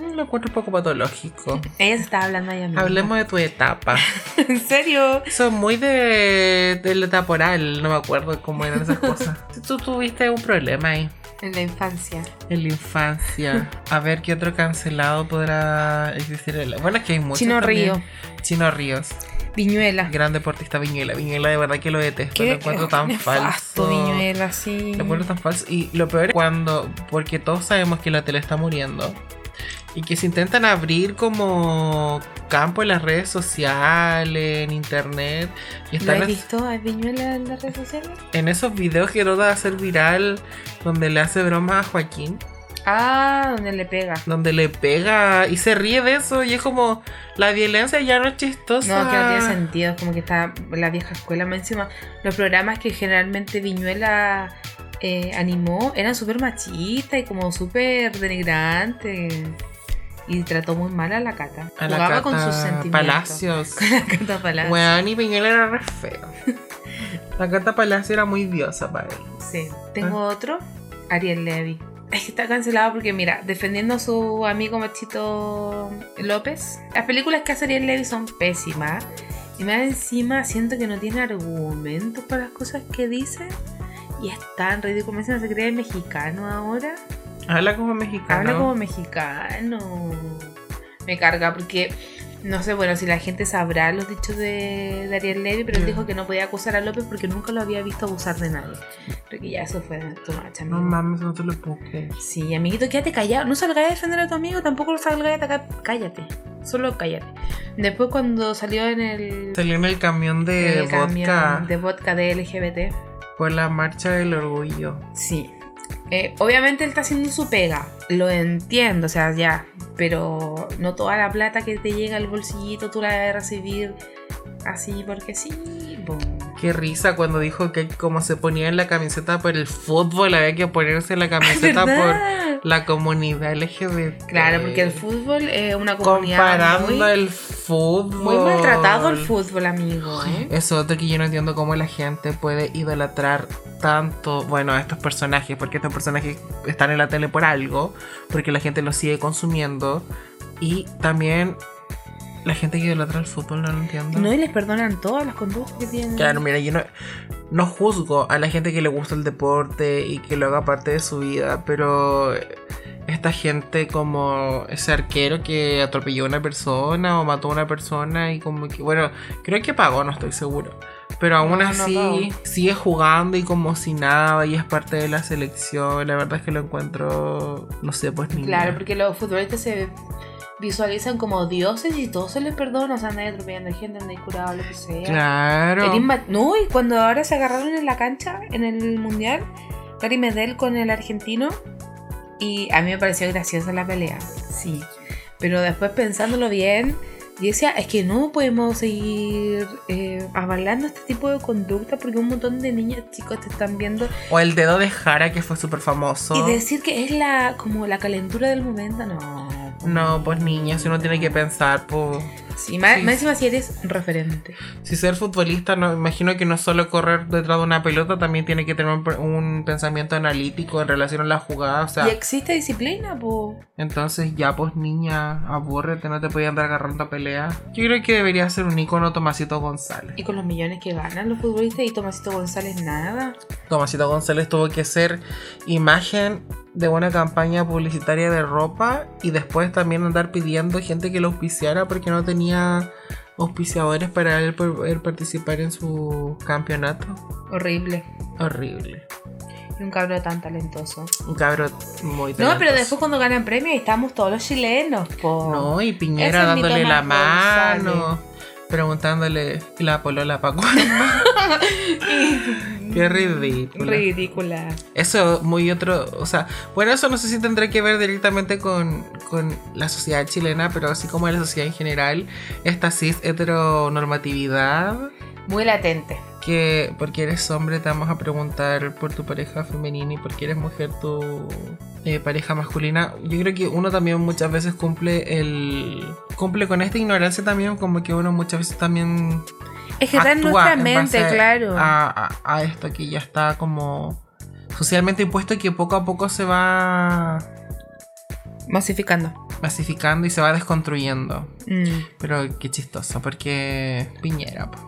C: "Mm, lo encuentro un poco patológico.
D: Ella se está hablando ahí a mí.
C: Hablemos de tu etapa.
D: ¿En serio?
C: Eso es muy de, de la etapa oral, no me acuerdo cómo eran esas cosas. Tú tuviste un problema ahí
D: En la infancia.
C: en la infancia. A ver qué otro cancelado podrá existir. en la- Bueno, es que hay muchos.
D: Chino
C: también.
D: Río.
C: Chino Ríos.
D: Viñuela.
C: Gran deportista Viñuela. Viñuela de verdad que lo detesto.
D: Qué
C: lo encuentro
D: qué
C: tan
D: nefasto,
C: falso.
D: Viñuela, sí.
C: Lo encuentro tan falso. Y lo peor es cuando, porque todos sabemos que la tele está muriendo. Y que se intentan abrir como campo en las redes sociales, en internet. Y
D: ¿Lo
C: están
D: has visto a Viñuela en las redes sociales?
C: en esos videos que trata de hacer viral, donde le hace broma a Joaquín.
D: Ah, donde le pega.
C: donde le pega y se ríe de eso y es como la violencia ya no es chistosa.
D: No, que no tiene sentido, es como que está la vieja escuela más encima. Los programas que generalmente Viñuela eh, animó eran súper machistas y como súper denigrantes. Y trató muy mal a la cata.
C: A la
D: Jugaba
C: Cata
D: con sus sentimientos.
C: Palacios.
D: Con la cata Palacio.
C: Weón y Piñuela era re feo. La carta Palacio era muy diosa para él.
D: Sí. Tengo otro, Ariel Levy. Es que está cancelado porque, mira, defendiendo a su amigo Machito López, las películas que hace Ariel Levy son pésimas. Y más encima siento que no tiene argumentos para las cosas que dice. Y es tan ridículo. Me encima se cree mexicano ahora.
C: Habla como mexicano.
D: Habla como mexicano. Me carga porque, no sé, bueno, si la gente sabrá los dichos de, de Ariel Levy, pero él
C: Mm.
D: dijo que no podía acusar a López porque nunca lo había visto abusar de nadie. Creo que ya eso fue tu marcha,
C: No mames, no te lo puedo creer.
D: Sí, amiguito, quédate callado. No salgas a defender a tu amigo, tampoco salgas a atacar. Cállate. Solo cállate. Después cuando salió en el,
C: Salió en el camión de
D: en el
C: vodka
D: camión de vodka de LGBT.
C: por la marcha del orgullo.
D: Sí. Eh, obviamente él está haciendo su pega, lo entiendo, o sea, ya, pero no toda la plata que te llega al bolsillito tú la debes recibir Así porque sí. po.
C: Qué risa cuando dijo que como se ponía en la camiseta por el fútbol, había que ponerse la camiseta por
D: ¿Verdad?
C: la comunidad LGBT.
D: Claro, porque el fútbol es una comunidad
C: Comparando
D: muy,
C: el fútbol.
D: muy maltratado el fútbol, amigo. ¿eh?
C: Es otro que yo no entiendo cómo la gente puede idolatrar tanto, bueno, a estos personajes, porque estos personajes están en la tele por algo, porque la gente los sigue consumiendo. Y también la gente que idolatra el fútbol, no lo entiendo.
D: No, y les perdonan todas las conductas que tienen.
C: Claro, mira, yo no, no juzgo a la gente que le gusta el deporte y que lo haga parte de su vida, pero esta gente como ese arquero que atropelló a una persona o mató a una persona y como que, bueno, creo que pagó, no estoy seguro. Pero aún
D: No, no
C: así
D: pagó.
C: sigue jugando y como si nada y es parte de la selección. La verdad es que lo encuentro, no sé, pues ni...
D: Claro, porque los futbolistas se visualizan como dioses y todo se les perdona, o sea, nadie atropellando gente, nadie curado, lo que sea.
C: Claro.
D: El Inma- No, y cuando ahora se agarraron en la cancha, en el mundial, Gary Medel con el argentino, y a mí me pareció graciosa la pelea, sí. Pero después pensándolo bien, yo decía, es que no podemos seguir eh, avalando este tipo de conducta porque un montón de niños chicos te están viendo
C: O el dedo de Jara que fue súper famoso.
D: y decir que es la como la calentura del momento, no.
C: No, pues niña, si uno tiene que pensar, pues...
D: Sí, más,
C: Sí.
D: más encima si eres referente.
C: Si ser futbolista, no, imagino que no es solo correr detrás de una pelota, también tiene que tener un, pe- un pensamiento analítico en relación a la jugada. O sea,
D: y existe disciplina, po.
C: entonces ya pues niña, abúrrete, no te podías andar agarrando a pelea. Yo creo que debería ser un ícono Tomasito González.
D: Y con los millones que ganan los futbolistas y Tomasito González nada.
C: Tomasito González tuvo que ser imagen de una campaña publicitaria de ropa y después también andar pidiendo gente que lo auspiciara porque no tenía auspiciadores para él poder participar en su campeonato.
D: Horrible.
C: Horrible.
D: Y un cabro tan talentoso.
C: Un cabro muy
D: No, pero
C: talentoso.
D: después cuando ganan premios estamos todos los chilenos, po.
C: No, y
D: Ese
C: Piñera
D: es mi
C: dándole la
D: Tomás
C: mano, preguntándole "¿Y la polola pa' cuándo?" Qué ridículo.
D: Ridícula.
C: Eso muy otro, o sea, bueno, eso no sé si tendrá que ver directamente con, con la sociedad chilena, pero así como la sociedad en general, esta cis heteronormatividad,
D: Muy latente.
C: que porque eres hombre te vamos a preguntar por tu pareja femenina y porque eres mujer tu eh, pareja masculina. Yo creo que uno también muchas veces cumple el cumple con esta ignorancia también como que uno muchas veces también
D: Es que está en
C: actúa
D: nuestra
C: en
D: mente,
C: base
D: claro.
C: a, a- a esto que ya está como socialmente impuesto y que poco a poco se va
D: Masificando.
C: masificando y se va desconstruyendo.
D: Mm,
C: Pero qué chistoso, porque Piñera, po.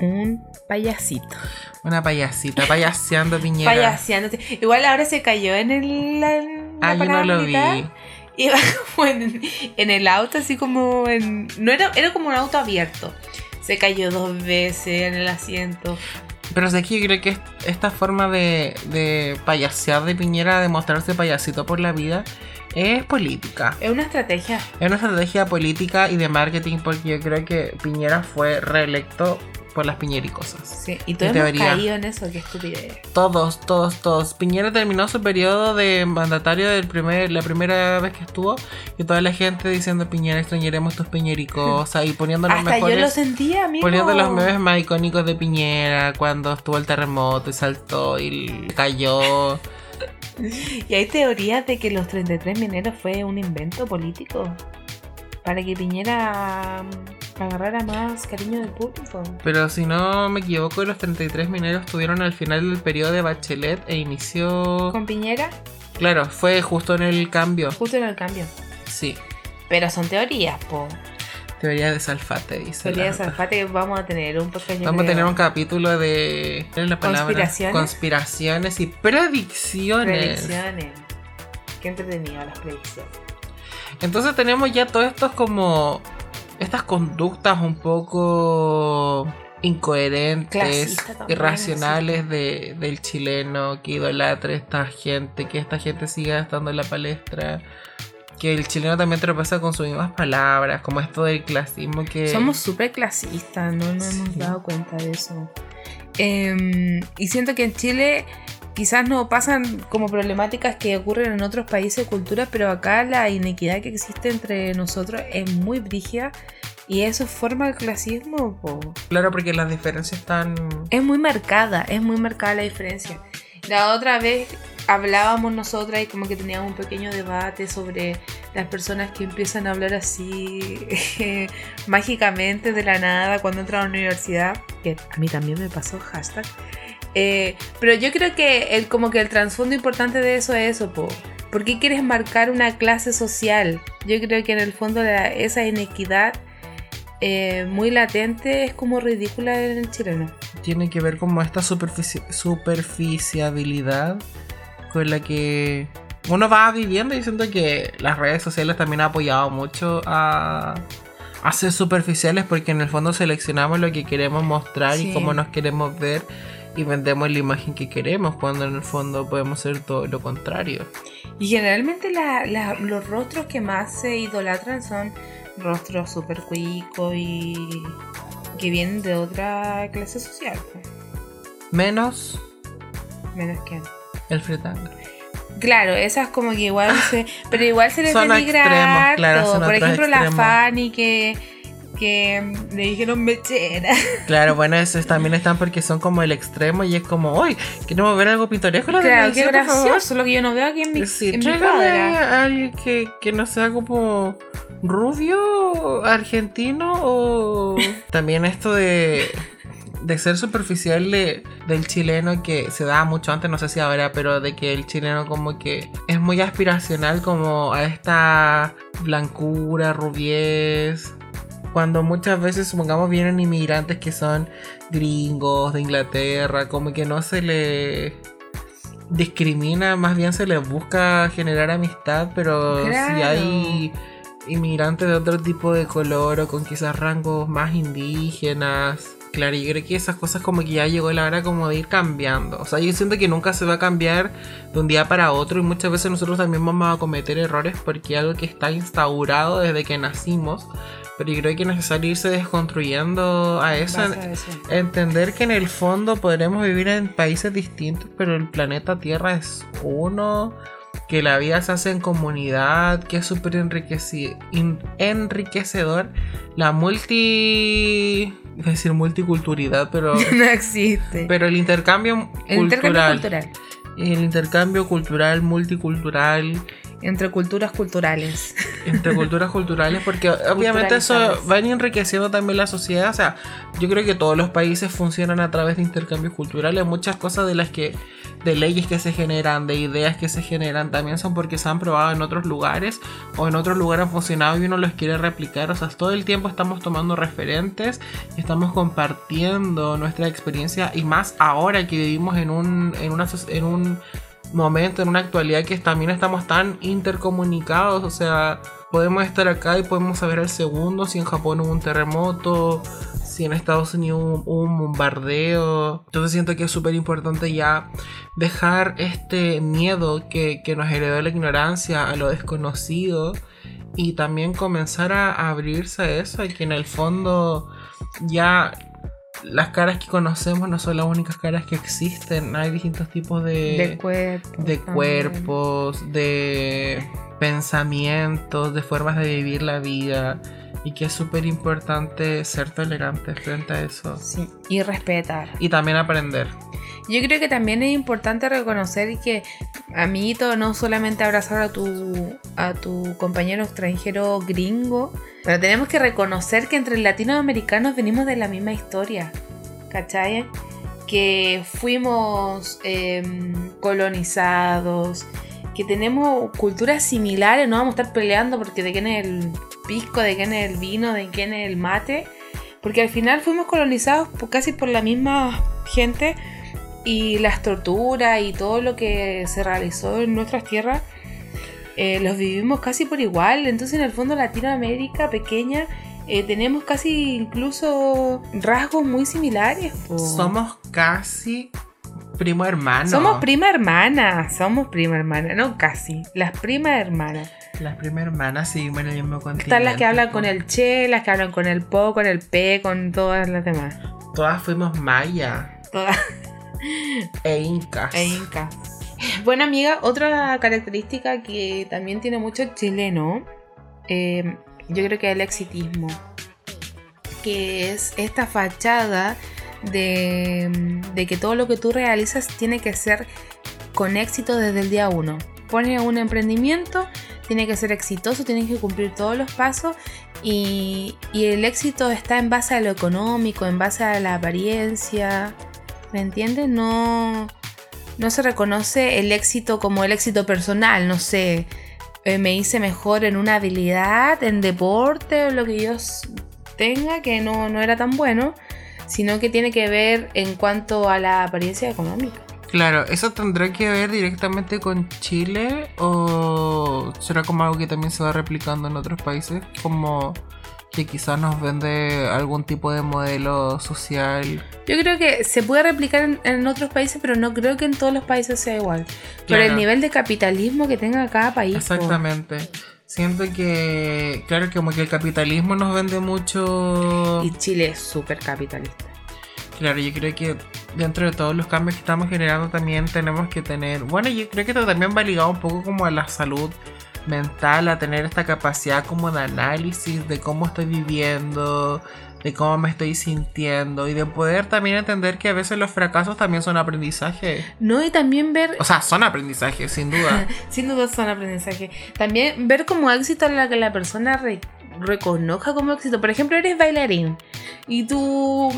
D: un payasito.
C: una payasita, payaseando Piñera.
D: Payaseándote. Igual ahora se cayó en el. la- en la
C: Ah, yo no
D: parada
C: lo
D: militar.
C: vi.
D: Iba como en, en el auto, así como en. No era, era como un auto abierto. Se cayó dos veces en el asiento.
C: Pero sé que yo creo que est- esta forma de, de payasear de Piñera, de mostrarse payasito por la vida, es política.
D: Es una estrategia.
C: Es una estrategia política y de marketing porque yo creo que Piñera fue reelecto por las piñericosas.
D: Sí. Y todos
C: En
D: hemos
C: teoría.
D: caído en eso, qué estupidez.
C: Todos, todos, todos. Piñera terminó su periodo de mandatario del primer, la primera vez que estuvo y toda la gente diciendo Piñera extrañaremos tus piñericosas y poniendo los
D: Hasta
C: mejores...
D: yo lo sentía, amigo.
C: Poniendo los memes más icónicos de Piñera, cuando estuvo el terremoto y saltó y cayó.
D: Y hay teorías de que los 33 mineros fue un invento político. Para que Piñera mm, agarrara más cariño del público.
C: Pero si no me equivoco, los 33 mineros estuvieron al final del periodo de Bachelet e inició...
D: Con Piñera,
C: Claro, fue justo en el cambio.
D: justo en el cambio.
C: Sí,
D: Pero son teorías, po.
C: teoría de Salfate, dice. la
D: Teoría de
C: nota.
D: Salfate que vamos a tener un podcast. yo
C: Vamos a
D: creo.
C: tener un capítulo de... ¿cuál es la palabra?
D: ¿Conspiraciones?
C: Conspiraciones y predicciones.
D: Predicciones. Qué entretenido las predicciones.
C: Entonces tenemos ya todos estos como... Estas conductas un poco incoherentes,
D: Clasista también,
C: irracionales de- del chileno que idolatre esta gente, que esta gente siga estando en la palestra, que el chileno también tropeza con sus mismas palabras, como esto del clasismo que...
D: Somos súper clasistas, no nos
C: Eh, Sí.
D: hemos dado cuenta de eso. Em, y siento que en Chile quizás no pasan como problemáticas que ocurren en otros países, culturas, pero acá la inequidad que existe entre nosotros es muy brígida Y eso forma el clasismo, po.
C: Claro, porque las diferencias están.
D: Es muy marcada, es muy marcada la diferencia. La otra vez hablábamos nosotras y como que teníamos un pequeño debate sobre las personas que empiezan a hablar así mágicamente de la nada cuando entran a la universidad, que a mí también me pasó hashtag. Eh, pero yo creo que el, como que el trasfondo importante de eso es eso, po. ¿Por qué quieres marcar una clase social? Yo creo que en el fondo la- esa inequidad eh, muy latente es como ridícula en el chileno.
C: Tiene que ver como esta superfici- superficiabilidad con la que uno va viviendo y siento que las redes sociales también ha apoyado mucho a, a ser superficiales porque en el fondo seleccionamos lo que queremos mostrar
D: Sí.
C: y cómo nos queremos ver y vendemos la imagen que queremos cuando en el fondo podemos ser todo lo contrario.
D: Y generalmente la- la- los rostros que más se idolatran son rostros súper cuicos y que vienen de otra clase social, pues,
C: Menos
D: menos que
C: el fritanga.
D: Claro, esas como que igual se. Pero igual se les
C: Ah, Son
D: denigra
C: extremos,
D: harto.
C: claro, son
D: Por
C: otros
D: ejemplo,
C: extremos.
D: la Fanny que, que le dijeron mechera.
C: Claro, bueno, esos también están porque son como el extremo y es como, uy, queremos ver algo pintoresco en la
D: Claro, qué
C: televisión, por favor".
D: gracioso lo que yo no veo aquí en mi,
C: Sí,
D: en mi
C: tráigame
D: cuadra.
C: a alguien que, que no sea como rubio, argentino o... También esto de, de ser superficial de- del chileno que se da mucho antes, no sé si ahora, pero de que el chileno como que es muy aspiracional como a esta blancura, rubiez. Cuando muchas veces, supongamos, vienen inmigrantes que son gringos de Inglaterra, como que no se le discrimina, más bien se les busca generar amistad, pero
D: Claro.
C: si hay inmigrantes de otro tipo de color o con quizás rangos más indígenas. Claro, yo creo que esas cosas como que ya llegó la hora como de ir cambiando. O sea, yo siento que nunca se va a cambiar de un día para otro y muchas veces nosotros también vamos a cometer errores porque es algo que está instaurado desde que nacimos. Pero yo creo que es necesario irse desconstruyendo a eso,
D: Vas a eso.
C: entender que en el fondo podremos vivir en países distintos, pero el planeta Tierra es uno, que la vida se hace en comunidad, que es súper enriqueci- in- enriquecedor. La multi... iba a decir multiculturalidad, pero...
D: No existe.
C: Pero el intercambio
D: el intercambio cultural.
C: El intercambio cultural, multicultural,
D: Entre culturas culturales.
C: entre culturas culturales, porque obviamente eso
D: Culturalizadas.
C: va enriqueciendo también la sociedad. O sea, yo creo que todos los países funcionan a través de intercambios culturales. Muchas cosas de las que, de leyes que se generan, de ideas que se generan, también son porque se han probado en otros lugares o en otros lugares han funcionado y uno los quiere replicar. O sea, todo el tiempo estamos tomando referentes y estamos compartiendo nuestra experiencia y más ahora que vivimos en un, en una, soc- en un momento, en una actualidad que también estamos tan intercomunicados, o sea, podemos estar acá y podemos saber al segundo si en Japón hubo un terremoto, si en Estados Unidos hubo hubo un bombardeo. Entonces siento que es súper importante ya dejar este miedo que, que nos heredó la ignorancia a lo desconocido y también comenzar a a abrirse a eso, a que en el fondo ya las caras que conocemos no son las únicas caras que existen, hay distintos tipos
D: de cuerpo.
C: de
D: también.
C: cuerpos, de pensamientos, de formas de vivir la vida. Y que es súper importante ser tolerante frente a eso.
D: Sí. Y respetar.
C: Y también aprender.
D: Yo creo que también es importante reconocer que, amiguito, no solamente abrazar a tu, a tu compañero extranjero gringo, pero tenemos que reconocer que entre latinoamericanos venimos de la misma historia, ¿cachai? Que fuimos em, colonizados, que tenemos culturas similares, no vamos a estar peleando porque de quién es el pisco, de quién es el vino, de quién es el mate, porque al final fuimos colonizados por- casi por la misma gente y las torturas y todo lo que se realizó en nuestras tierras eh, los vivimos casi por igual. Entonces, en el fondo, Latinoamérica pequeña eh, tenemos casi incluso rasgos muy similares. po.
C: Somos casi primo hermano.
D: Somos prima hermana, somos prima hermana, no casi, las primas hermanas.
C: Las primeras hermanas seguimos en el mismo continente.
D: Están las que hablan
C: po.
D: con el che, las que hablan con el po, con el pe, con todas las demás.
C: Todas fuimos maya
D: Todas.
C: e incas.
D: E Inca. Bueno, amiga, otra característica que también tiene mucho el chileno, eh, yo creo que es el exitismo. que es esta fachada de, de que todo lo que tú realizas tiene que ser con éxito desde el día uno. Pones un emprendimiento, tiene que ser exitoso, tienes que cumplir todos los pasos y, y el éxito está en base a lo económico, en base a la apariencia. ¿Me entiendes? No, no se reconoce el éxito como el éxito personal, no sé. eh, me hice mejor en una habilidad, en deporte o lo que yo s- tenga, que no, no era tan bueno, sino que tiene que ver en cuanto a la apariencia económica.
C: Claro, ¿eso tendrá que ver directamente con Chile o será como algo que también se va replicando en otros países? Como que quizás nos vende algún tipo de modelo social.
D: Yo creo que se puede replicar en, en otros países, pero no creo que en todos los países sea igual. Por
C: Claro.
D: el nivel de capitalismo que tenga cada país. po.
C: Exactamente. Siento que, claro, como que el capitalismo nos vende mucho.
D: Y Chile es súper capitalista.
C: Claro, yo creo que dentro de todos los cambios que estamos generando también tenemos que tener, bueno, yo creo que esto también va ligado un poco como a la salud mental, a tener esta capacidad como de análisis de cómo estoy viviendo, de cómo me estoy sintiendo y de poder también entender que a veces los fracasos también son aprendizaje.
D: No, y también ver,
C: O sea, son aprendizajes, sin duda.
D: sin duda son aprendizaje, también ver como éxito la que la persona re- reconozca como éxito. Por ejemplo, eres bailarín y tu,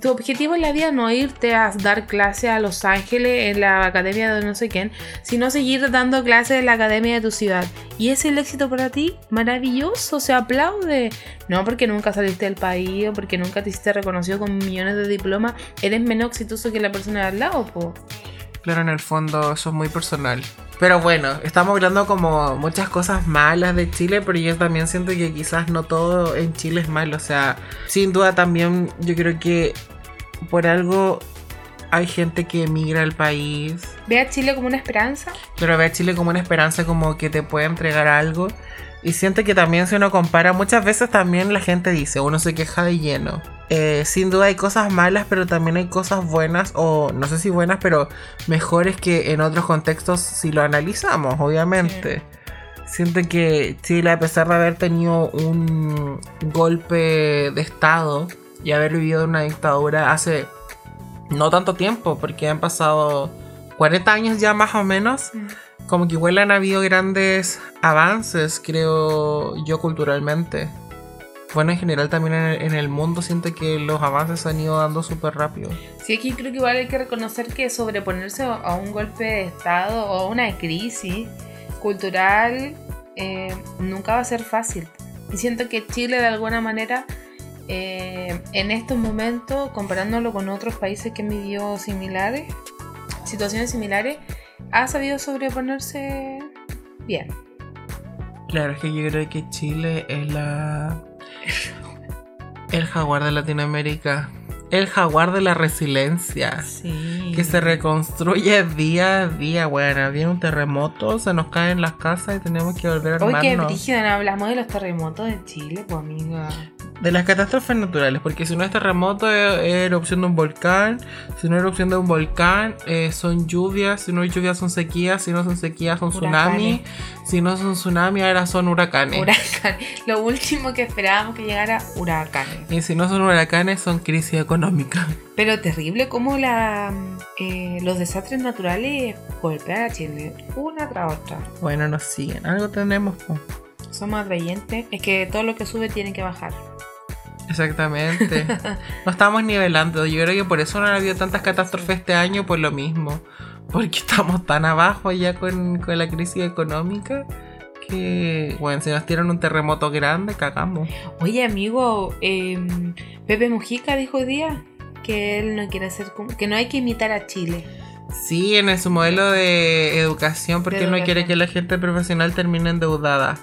D: tu objetivo en la vida no irte a dar clase a Los Ángeles en la academia de no sé quién, sino seguir dando clases en la academia de tu ciudad. Y es el éxito para ti, maravilloso, se aplaude. No porque nunca saliste del país o porque nunca te hiciste reconocido con millones de diplomas, eres menos exitoso que la persona de al lado, po.
C: Claro, en el fondo eso es muy personal. Pero bueno, estamos hablando como muchas cosas malas de Chile, pero yo también siento que quizás no todo en Chile es malo. O sea, sin duda también yo creo que por algo hay gente que emigra al país.
D: Ve a Chile como una esperanza.
C: Pero ve a Chile como una esperanza, como que te puede entregar algo. Y siente que también si uno compara, muchas veces también la gente dice, uno se queja de lleno. Eh, sin duda hay cosas malas, pero también hay cosas buenas, o no sé si buenas, pero mejores que en otros contextos si lo analizamos, obviamente. Siento que Chile, a pesar de haber tenido un golpe de Estado y haber vivido una dictadura hace no tanto tiempo, porque han pasado 40 años ya más o menos, como que igual han habido grandes avances, creo yo, culturalmente. Bueno, en general también en el, en el mundo siento que los avances se han ido dando súper rápido.
D: Sí, aquí creo que igual hay que reconocer que sobreponerse a- a un golpe de Estado o a una crisis cultural eh, nunca va a ser fácil. Y siento que Chile de alguna manera eh, en estos momentos, comparándolo con otros países que han vivido similares, situaciones similares, ha sabido sobreponerse bien.
C: Claro, es que yo creo que Chile es la... El jaguar de Latinoamérica. El jaguar de la resiliencia.
E: Sí.
C: Que se reconstruye día a día, bueno, viene un terremoto, se nos caen las casas y tenemos que volver a
D: Hoy que
C: armarnos.
D: brígido, no hablamos de los terremotos de Chile, pues amiga.
C: De las catástrofes naturales, porque si no es terremoto, es, es erupción de un volcán. Si no es erupción de un volcán, eh, son lluvias. Si no hay lluvias, son sequías. Si no son sequías, son tsunamis. Si no son tsunamis, ahora son huracanes.
D: Huracán. Lo último que esperábamos que llegara, huracán.
C: y si no son huracanes, son crisis económicas.
D: Pero terrible como la, eh, los desastres naturales golpean a Chile una tras otra.
C: Bueno, nos siguen. Algo tenemos. po.
D: Somos atrayentes. Es que todo lo que sube tiene que bajar.
C: Exactamente. No estamos nivelando. Yo creo que por eso no han habido tantas catástrofes este año, por lo mismo. Porque estamos tan abajo ya con, con la crisis económica que, bueno, si nos tiran un terremoto grande, cagamos.
D: Oye, amigo, eh, Pepe Mujica dijo hoy día que él no quiere hacer como- que no hay que imitar a Chile.
C: Sí, en su modelo de educación, porque
D: De
C: él no quiere
D: educación.
C: que la gente profesional termine endeudada.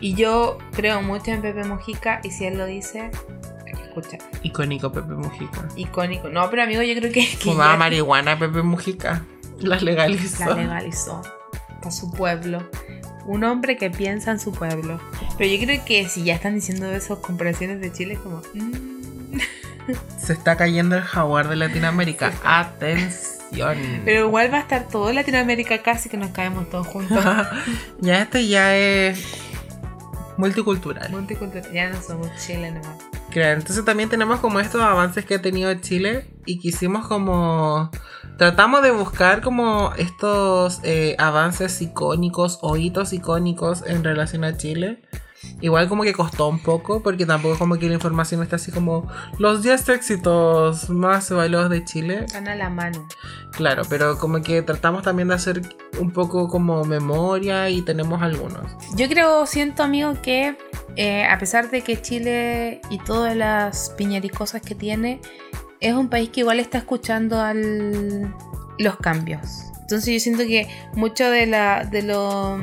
D: Y yo creo mucho en Pepe Mujica y si él lo dice, hay que escuchar.
C: Icónico Pepe Mujica.
D: Icónico. No, pero amigo, yo creo que, que
C: Fumaba
D: ya-
C: marihuana Pepe Mujica. Las legalizó.
D: la legalizó para su pueblo. Un hombre que piensa en su pueblo. Pero yo creo que si ya están diciendo esas comparaciones de Chile, es como. mm.
C: Se está cayendo el jaguar de Latinoamérica. Atención.
D: Pero igual va a estar todo Latinoamérica casi que nos caemos todos juntos.
C: ya este ya es multicultural.
D: Multicultural. Ya no somos Chile nomás.
C: crear. Entonces también tenemos como estos avances que ha tenido Chile y quisimos como... Tratamos de buscar como estos eh, avances icónicos o hitos icónicos en relación a Chile. Igual como que costó un poco porque tampoco es como que la información está así como los 10 éxitos más bailados de Chile.
D: Están a la mano.
C: Claro, pero como que tratamos también de hacer un poco como memoria y tenemos algunos.
D: Yo creo, siento amigo, que eh, a pesar de que Chile y todas las piñericosas que tiene, es un país que igual está escuchando al, los cambios. Entonces yo siento que muchos de, la- de, lo-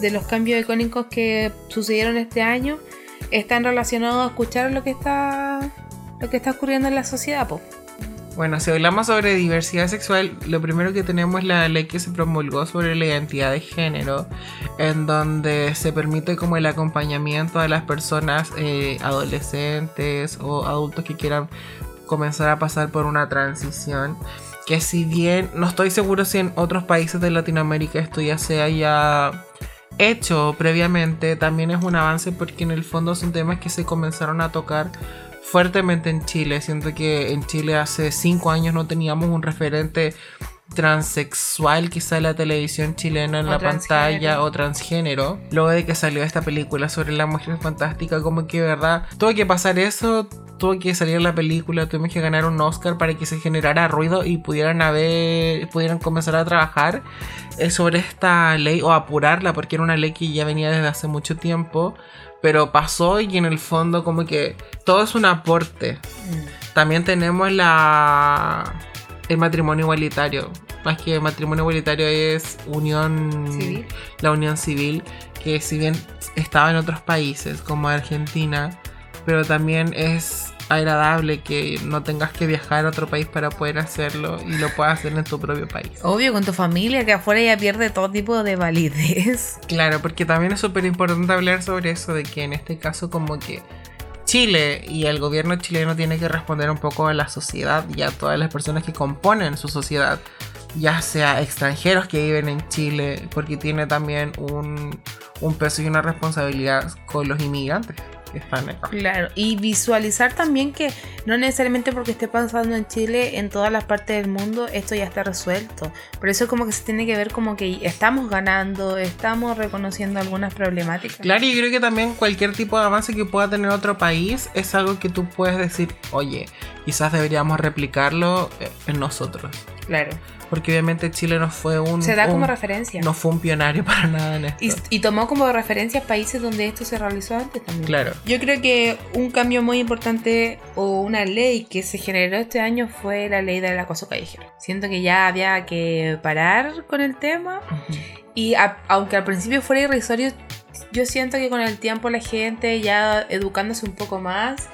D: de los cambios icónicos que sucedieron este año están relacionados a escuchar lo que está, lo que está ocurriendo en la sociedad. po.
C: Bueno, si hablamos sobre diversidad sexual, lo primero que tenemos es la ley que se promulgó sobre la identidad de género, en donde se permite como el acompañamiento a las personas eh, adolescentes o adultos que quieran comenzar a pasar por una transición. Que si bien no estoy seguro si en otros países de Latinoamérica esto ya se haya hecho previamente, también es un avance porque en el fondo son temas que se comenzaron a tocar fuertemente en Chile. Siento que en Chile hace cinco años no teníamos un referente transexual quizá en la televisión chilena en
D: O
C: la
D: transgénero.
C: pantalla o transgénero. Luego de que salió esta película sobre la mujer fantástica, como que verdad, tuvo que pasar eso, tuvo que salir la película, tuvimos que ganar un Oscar para que se generara ruido y pudieran haber, pudieran comenzar a trabajar eh, sobre esta ley o apurarla porque era una ley que ya venía desde hace mucho tiempo. Pero pasó y en el fondo como que todo es un aporte.
D: Mm.
C: También tenemos la el matrimonio igualitario. Más que matrimonio igualitario es unión
D: Civil.
C: la unión civil, que si bien estaba en otros países como Argentina, pero también es agradable que no tengas que viajar a otro país para poder hacerlo y lo puedas hacer en tu propio país.
D: Obvio, con tu familia, que afuera ya pierde todo tipo de validez.
C: Claro, porque también es súper importante hablar sobre eso, de que en este caso como que Chile y el gobierno chileno tiene que responder un poco a la sociedad y a todas las personas que componen su sociedad, ya sea extranjeros que viven en Chile, porque tiene también un, un peso y una responsabilidad con los inmigrantes que están acá.
D: Claro, y visualizar también que no necesariamente porque esté pasando en Chile, en todas las partes del mundo, esto ya está resuelto. Por eso como que se tiene que ver como que estamos ganando, estamos reconociendo algunas problemáticas.
C: Claro, y yo creo que también cualquier tipo de avance que pueda tener otro país es algo que tú puedes decir, oye, quizás deberíamos replicarlo eh, en nosotros.
D: Claro.
C: porque obviamente Chile no fue un,
D: Se da
C: un-
D: como referencia.
C: Mm, no fue un pionario para nada en esto.
D: Y, y tomó como referencia países donde esto se realizó antes también.
C: Claro,
D: Yo creo que un cambio muy importante o una ley que se generó este año fue la ley del acoso callejero. Siento que ya había que parar con el tema Y a- aunque al principio fuera irrisorio, yo siento que con el tiempo la gente ya educándose un poco más.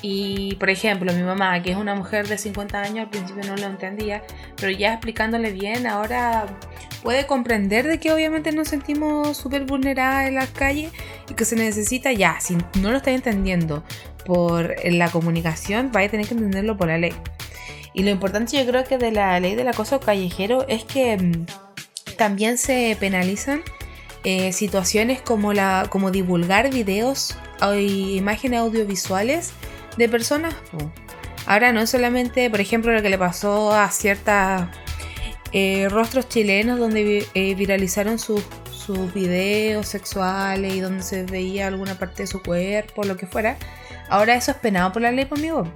D: Y por ejemplo, mi mamá, que es una mujer de 50 años, al principio no lo entendía, pero ya explicándole bien, ahora puede comprender de que obviamente nos sentimos súper vulneradas en las calles y que se necesita ya, si no lo estás entendiendo por la comunicación, vaya a tener que entenderlo por la ley. Y lo importante yo creo que de la ley del acoso callejero es que mm, también se penalizan eh, situaciones como, la, como divulgar videos o imágenes audiovisuales de personas. po. Ahora no es solamente, por ejemplo, lo que le pasó a ciertos rostros chilenos donde vi- eh, viralizaron sus, sus videos sexuales y donde se veía alguna parte de su cuerpo, lo que fuera. Ahora eso es penado por la ley, conmigo.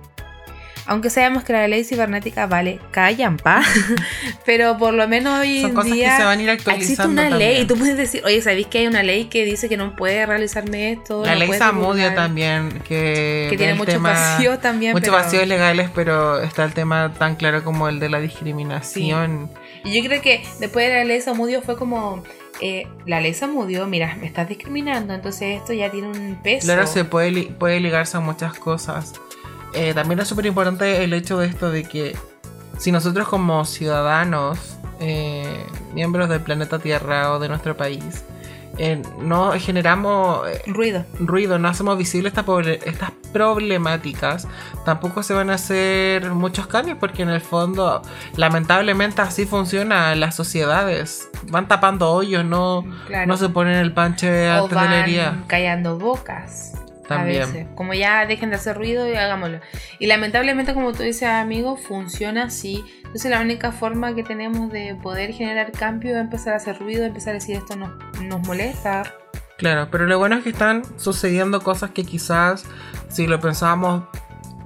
D: Aunque sabemos que la ley cibernética vale callan, pa. Pero por lo menos hoy
C: son
D: en
C: cosas
D: día
C: que se van a ir
D: existe
C: actualizando.
D: una ley y
C: también.
D: tú puedes decir, oye, ¿sabéis que hay una ley que dice que no puede realizarme esto?
C: La
D: no
C: ley
D: puedes
C: Zamudio
D: divulgar,
C: también, que,
D: Que
C: ve
D: tiene
C: el
D: muchos
C: tema-
D: vacíos también.
C: muchos
D: pero-
C: vacíos legales, pero está el tema tan claro como el de la discriminación.
D: Y yo creo que después de la ley Zamudio fue como, eh, la ley Zamudio, mira, me estás discriminando, entonces esto ya tiene un peso.
C: Claro, se puede, li- puede ligarse a muchas cosas. Eh, también es súper importante el hecho de esto de que si nosotros como ciudadanos, eh, miembros del planeta Tierra o de nuestro país, eh, no generamos eh,
D: Ruido.
C: ruido, no hacemos visible esta pobre- estas problemáticas, tampoco se van a hacer muchos cambios porque en el fondo, lamentablemente así funcionan las sociedades. Van tapando hoyos, no,
D: Claro.
C: no se ponen el panche
D: o
C: antes de la herida.
D: van callando bocas.
C: También.
D: A veces. Como ya dejen de hacer ruido y hagámoslo. Y lamentablemente, como tú dices, amigo, funciona así. Entonces, la única forma que tenemos de poder generar cambio es empezar a hacer ruido, empezar a decir esto nos, nos molesta.
C: Claro, pero lo bueno es que están sucediendo cosas que quizás si lo pensábamos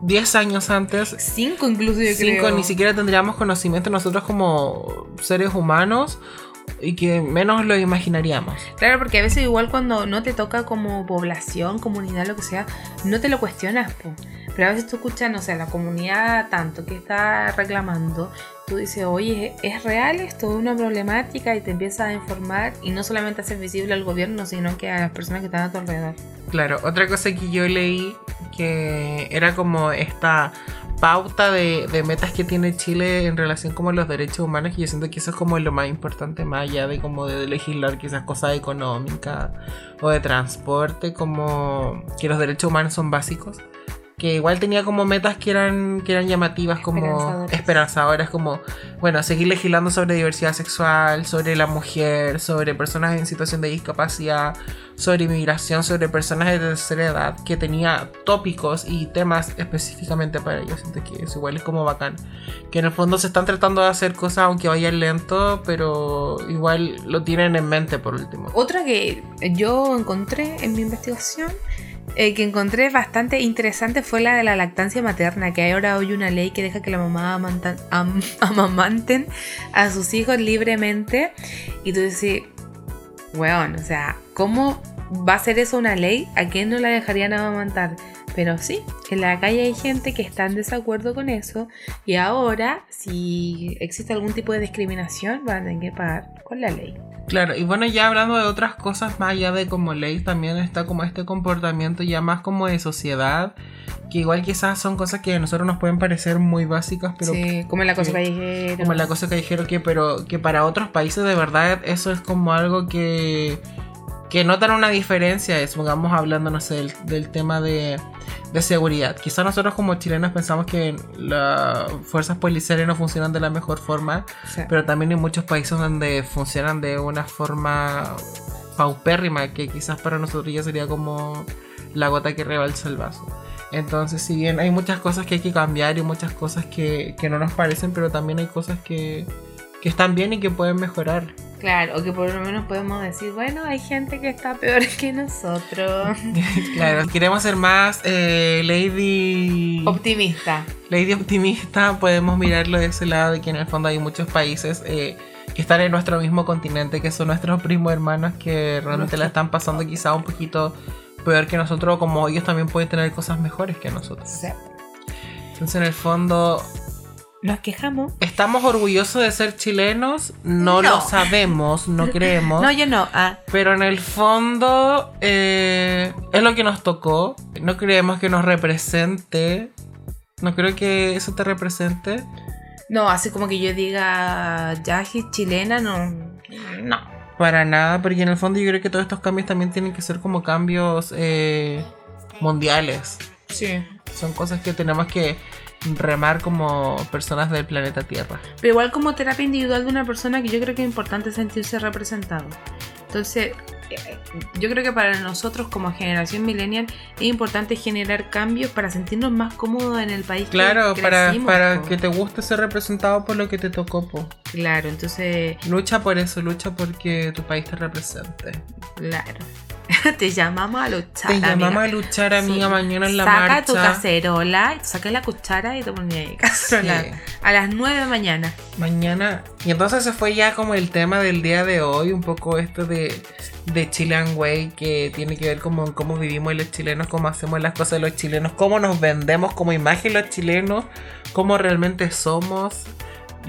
C: 10 años antes,
D: Cinco incluso, yo
C: cinco,
D: creo.
C: ni siquiera tendríamos conocimiento nosotros como seres humanos y que menos lo imaginaríamos.
D: Claro, porque a veces igual cuando no te toca como población, comunidad, lo que sea, no te lo cuestionas, po. Pero a veces tú escuchas, no sé, la comunidad tanto que está reclamando, tú dices, oye, ¿es real esto? ¿Es una problemática? Y te empiezas a informar y no solamente haces visible al gobierno, sino que a las personas que están a tu alrededor.
C: Claro, otra cosa que yo leí que era como esta pauta de, de metas que tiene Chile en relación como a los derechos humanos que yo siento que eso es como lo más importante más allá de como de legislar quizás cosas económicas o de transporte como que los derechos humanos son básicos que igual tenía como metas que eran que eran llamativas como
D: Esperanzadoras.
C: esperanzadoras como bueno seguir legislando sobre diversidad sexual sobre la mujer sobre personas en situación de discapacidad sobre inmigración, sobre personas de tercera edad, que tenía tópicos y temas específicamente para ellos. Siento que eso igual es como bacán. Que en el fondo se están tratando de hacer cosas aunque vayan lento, pero igual lo tienen en mente por último.
D: Otra que yo encontré en mi investigación, eh, que encontré bastante interesante, fue la de la lactancia materna, que ahora hay una ley que deja que la mamá amantan- am- amamanten a sus hijos libremente. Y tú decís, weón, o sea, ¿cómo va a ser eso una ley? ¿A quién no la dejarían amamantar? Pero sí, en la calle hay gente que está en desacuerdo con eso y ahora si existe algún tipo de discriminación van a tener que pagar con la ley.
C: Claro, y bueno, ya hablando de otras cosas más allá de como ley, también está como este comportamiento ya más como de sociedad, que igual quizás son cosas que a nosotros nos pueden parecer muy básicas, pero
D: sí, pues, eh, como en la cosa
C: sí,
D: callejera.
C: como la cosa que dijeron que pero que para otros países de verdad eso es como algo que que notan una diferencia es pongamos hablando no sé del, del tema de, de seguridad quizás nosotros como chilenos pensamos que las fuerzas policiales no funcionan de la mejor forma
D: O sea,
C: pero también hay muchos países donde funcionan de una forma paupérrima que quizás para nosotros ya sería como la gota que rebalsa el vaso. Entonces, si bien hay muchas cosas que hay que cambiar y muchas cosas que, que no nos parecen, pero también hay cosas que, que están bien y que pueden mejorar.
D: Claro, o que por lo menos podemos decir, bueno, hay gente que está peor que nosotros.
C: claro, queremos ser más eh, lady...
D: Optimista.
C: Lady optimista, podemos mirarlo de ese lado de que en el fondo hay muchos países eh, que están en nuestro mismo continente, que son nuestros primos hermanos que realmente la están pasando quizá un poquito peor que nosotros, como ellos también pueden tener cosas mejores que
D: O
C: nosotros.
D: sea,
C: Entonces en el fondo,
D: nos quejamos.
C: ¿estamos orgullosos de ser chilenos? No,
D: No.
C: lo sabemos, no creemos.
D: No, yo no. Ah,
C: Pero en el fondo eh, es lo que nos tocó. No creemos que nos represente. No creo que eso te represente.
D: no, así como que yo diga, yaji chilena, no.
C: No. Para nada, porque en el fondo yo creo que todos estos cambios también tienen que ser como cambios eh, mundiales.
D: Sí.
C: Son cosas que tenemos que remar como personas del planeta Tierra.
D: Pero igual como terapia individual de una persona que yo creo que es importante sentirse representado. Entonces, eh, yo creo que para nosotros como generación millennial es importante generar cambios para sentirnos más cómodos en el país. que
C: Claro, para,
D: crecimos,
C: para
D: po.
C: que te guste ser representado por lo que te tocó. po.
D: Claro, entonces,
C: Lucha por eso, lucha porque tu país te represente.
D: claro. te llamamos a luchar.
C: te llamamos a
D: amiga.
C: luchar,
D: Sí.
C: amiga, mañana en la
D: Saca
C: marcha.
D: tu cacerola, saca la cuchara y te pones ahí cacerola.
C: Sí.
D: A las 9 de la mañana.
C: Mañana. Y entonces se fue ya como el tema del día de hoy, un poco esto de, de Chilean Way, que tiene que ver como cómo vivimos los chilenos, cómo hacemos las cosas los chilenos, cómo nos vendemos como imagen los chilenos, cómo realmente somos,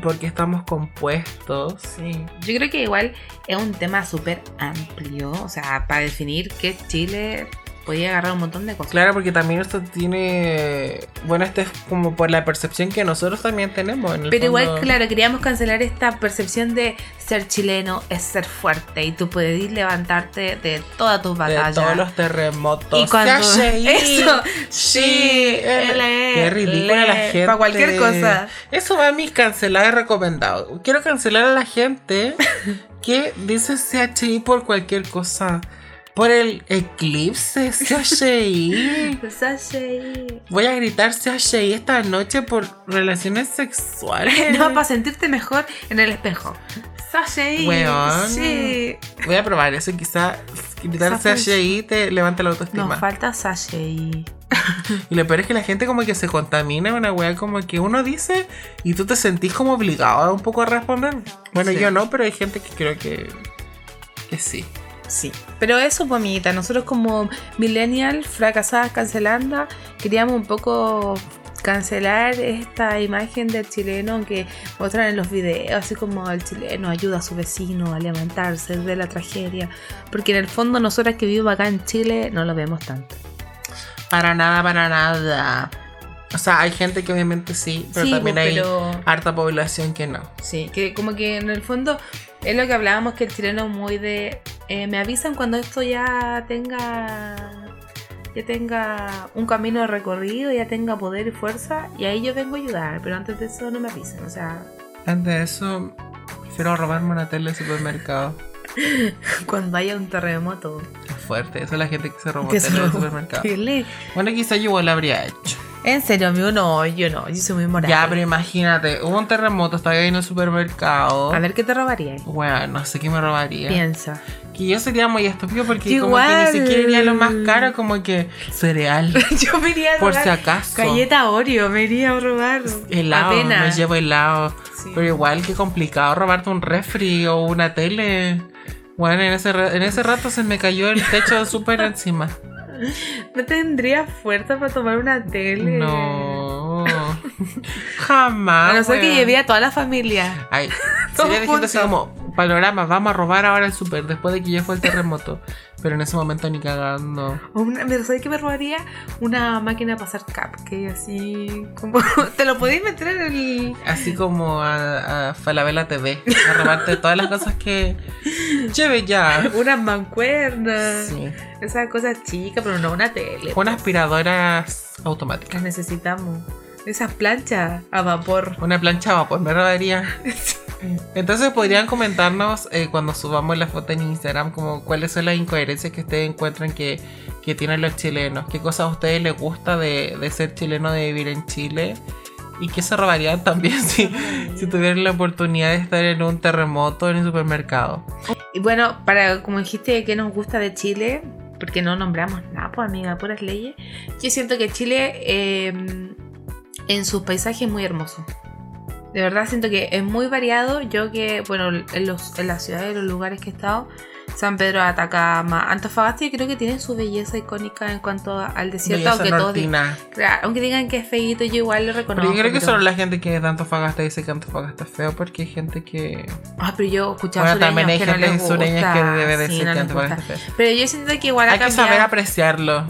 C: porque estamos compuestos. Sí.
D: Yo creo que igual es un tema súper amplio, o sea, para definir qué es Chile podía agarrar un montón de cosas.
C: Claro, porque también esto tiene. Bueno, esto es como por la percepción que nosotros también tenemos. en el
D: Pero igual,
C: fondo.
D: claro, queríamos cancelar esta percepción de ser chileno es ser fuerte y tú puedes levantarte de todas tus
C: De
D: batallas.
C: todos los terremotos.
D: Y cuando-
C: ¡Calle!
D: Eso,
C: Sí,
D: sí,
C: eh,
D: le-
C: qué ridícula
D: le-
C: la gente.
D: pa' cualquier cosa.
C: Eso va a mis cancelados recomendados. Quiero cancelar a la gente que dice CHI por cualquier cosa. Por el eclipse, CHI.
F: Sashay.
C: Voy a gritar CHI esta noche por relaciones sexuales.
D: No, pues. para sentirte mejor en el espejo. Sashay.
C: Weón.
D: Sí.
C: Voy a probar eso, quizá gritar
D: Esa fue-
C: CHI te levanta la
D: Nos
C: autoestima.
D: falta sashay.
C: y lo peor es que la gente como que se contamina una weá como que uno dice y tú te sentís como obligado a un poco a responder. Bueno,
D: Sí.
C: yo no, pero hay gente que creo que, que sí.
D: Sí. Pero eso, pues, amiguita, nosotros como millennial, fracasadas, cancelando, queríamos un poco cancelar esta imagen del chileno que muestran en los videos, así como el chileno ayuda a su vecino a levantarse de la tragedia, porque en el fondo nosotras que vivimos acá en Chile no lo vemos tanto.
C: Para nada, para nada. O sea, hay gente que obviamente sí, pero
D: Sí,
C: también
D: pues,
C: hay
D: pero-
C: harta población que no.
D: Sí, que como que en el fondo es lo que hablábamos que el chileno es muy de eh, me avisan cuando esto ya tenga ya tenga un camino de recorrido, ya tenga poder y fuerza y ahí yo vengo a ayudar, pero antes de eso no me avisan, o sea,
C: Antes de eso, prefiero robarme una tele de supermercado.
D: cuando haya un terremoto.
C: Qué fuerte, eso es la gente que se robó
D: que se
C: tele de
D: roba
C: supermercado.
D: tele.
C: Bueno, quizás yo igual lo habría hecho.
D: En serio, amigo, no, yo no, yo soy muy moral.
C: Ya, pero imagínate, hubo un terremoto, estaba ahí en el supermercado.
D: A ver qué te robaría. ahí?
C: Bueno, no sé qué me robaría.
D: Piensa.
C: Que yo sería muy estúpido porque
D: Yo
C: como
D: igual.
C: que ni siquiera iría lo más caro, como que cereal.
D: yo me iría a
C: Por
D: robar
C: si acaso.
D: Galleta Oreo, me iría a robar.
C: Helado,
D: Avena.
C: me llevo helado.
D: Sí.
C: Pero igual que complicado robarte un refri o una tele. Bueno, en ese, ra- en ese rato se me cayó el techo del súper encima.
D: No tendría fuerza para tomar una tele.
C: No.
D: A
C: Jamás.
D: no ser que
C: Ah, weón.
D: llevé a toda la familia.
C: Ay,
D: Todos
C: sería diciendo así
D: juntos.
C: como, panorama, vamos a robar ahora el súper después de que ya fue el terremoto. Pero en ese momento ni cagando.
D: O una, me- ¿Sabes qué me robaría? Una máquina para hacer cupcake, así como... Te lo podéis meter en el...
C: Así como a, a Falabella TV, a robarte todas las cosas que lleve ya.
D: Unas mancuernas.
C: Sí.
D: Esas cosas chicas, pero no una tele.
C: Una aspiradora automática.
D: Las necesitamos. Esas planchas a vapor.
C: Una plancha a vapor, me robaría. Entonces podrían comentarnos eh, cuando subamos la foto en Instagram como cuáles son las incoherencias que ustedes encuentran que, que tienen los chilenos, qué cosas a ustedes les gusta de, de ser chileno, de vivir en Chile y qué se robarían también si, si tuvieran la oportunidad de estar en un terremoto en el supermercado.
D: Y bueno, para como dijiste que nos gusta de Chile, porque no nombramos nada, pues amiga, puras leyes. Yo siento que Chile eh, en sus paisajes es muy hermoso. De verdad siento que es muy variado. Yo que, bueno, en, los, en las ciudades, en los lugares que he estado, San Pedro, Atacama, Antofagasta, yo creo que tienen su belleza icónica en cuanto a- al desierto,
C: Belleza
D: aunque todos di-
C: nortina.
D: claro, aunque digan que es feíto, yo igual lo
C: Pero
D: reconozco.
C: yo creo que
D: pero-
C: solo la gente que es de Antofagasta dice que Antofagasta es feo porque hay gente que...
D: Ah, pero yo escuchaba
C: Bueno, también hay
D: que no
C: gente
D: les
C: sureña que
D: gusta,
C: debe
D: sí,
C: decir
D: no
C: que
D: les gusta.
C: Antofagasta es feo.
D: Pero yo siento que igual ha
C: Hay que saber
D: cambiado.
C: apreciarlo.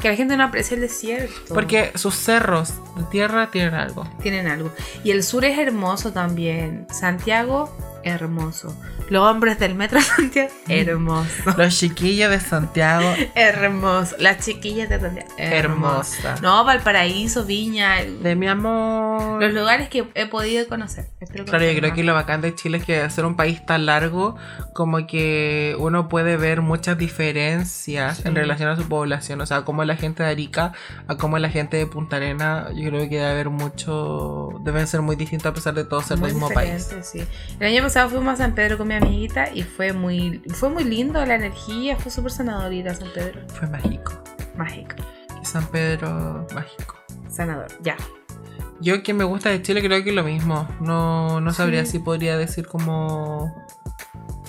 D: que la gente no aprecia el desierto.
C: Porque sus cerros de tierra tienen algo.
D: tienen algo. Y el sur es hermoso también. Santiago, hermoso. Los hombres del metro de Santiago, hermoso.
C: Los chiquillos de Santiago,
D: Hermoso. Las chiquillas de Santiago, hermoso.
C: hermosa.
D: No, Valparaíso, Viña,
C: De mi amor.
D: los lugares que he podido conocer. Espero
C: Claro, yo
D: conocer
C: creo
D: más.
C: que lo bacán de Chile es que al ser un país tan largo, como que uno puede ver muchas diferencias en relación a su población. O sea, como la gente de Arica a como la gente de Punta Arena, yo creo que debe haber mucho. Deben ser muy distintos a pesar de todo ser
D: Muy
C: del mismo país.
D: diferente, sí. El año pasado fuimos a San Pedro con mi amiguita y fue muy fue muy lindo la energía, fue súper sanador ir a San Pedro.
C: Fue mágico.
D: Mágico,
C: San Pedro, mágico.
D: sanador, ya.
C: Yo que me gusta de Chile creo que lo mismo. No, no sabría
D: Sí.
C: si podría decir como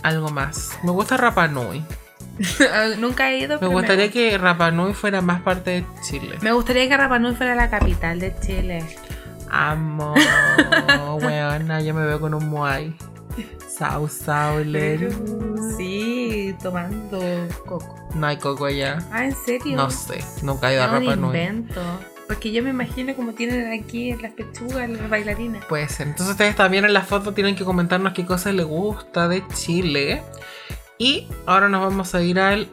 C: algo más. Me gusta Rapa Nui.
D: Nunca he ido,
C: Me
D: pero
C: gustaría que Rapa Nui fuera más parte de Chile.
D: Me gustaría que Rapa Nui fuera la capital de Chile.
C: Amo, weona, yo me veo con un Moai. Sau, sau, leru.
D: Sí, tomando coco.
C: No hay coco allá.
D: Ah, ¿en serio?
C: No sé, nunca he ido a
D: Es un
C: Rapa Nui.
D: invento. Porque yo me imagino como tienen aquí en las pechugas las bailarinas.
C: Puede ser. Entonces ustedes también en la foto tienen que comentarnos qué cosas les gusta de Chile. Y ahora nos vamos a ir al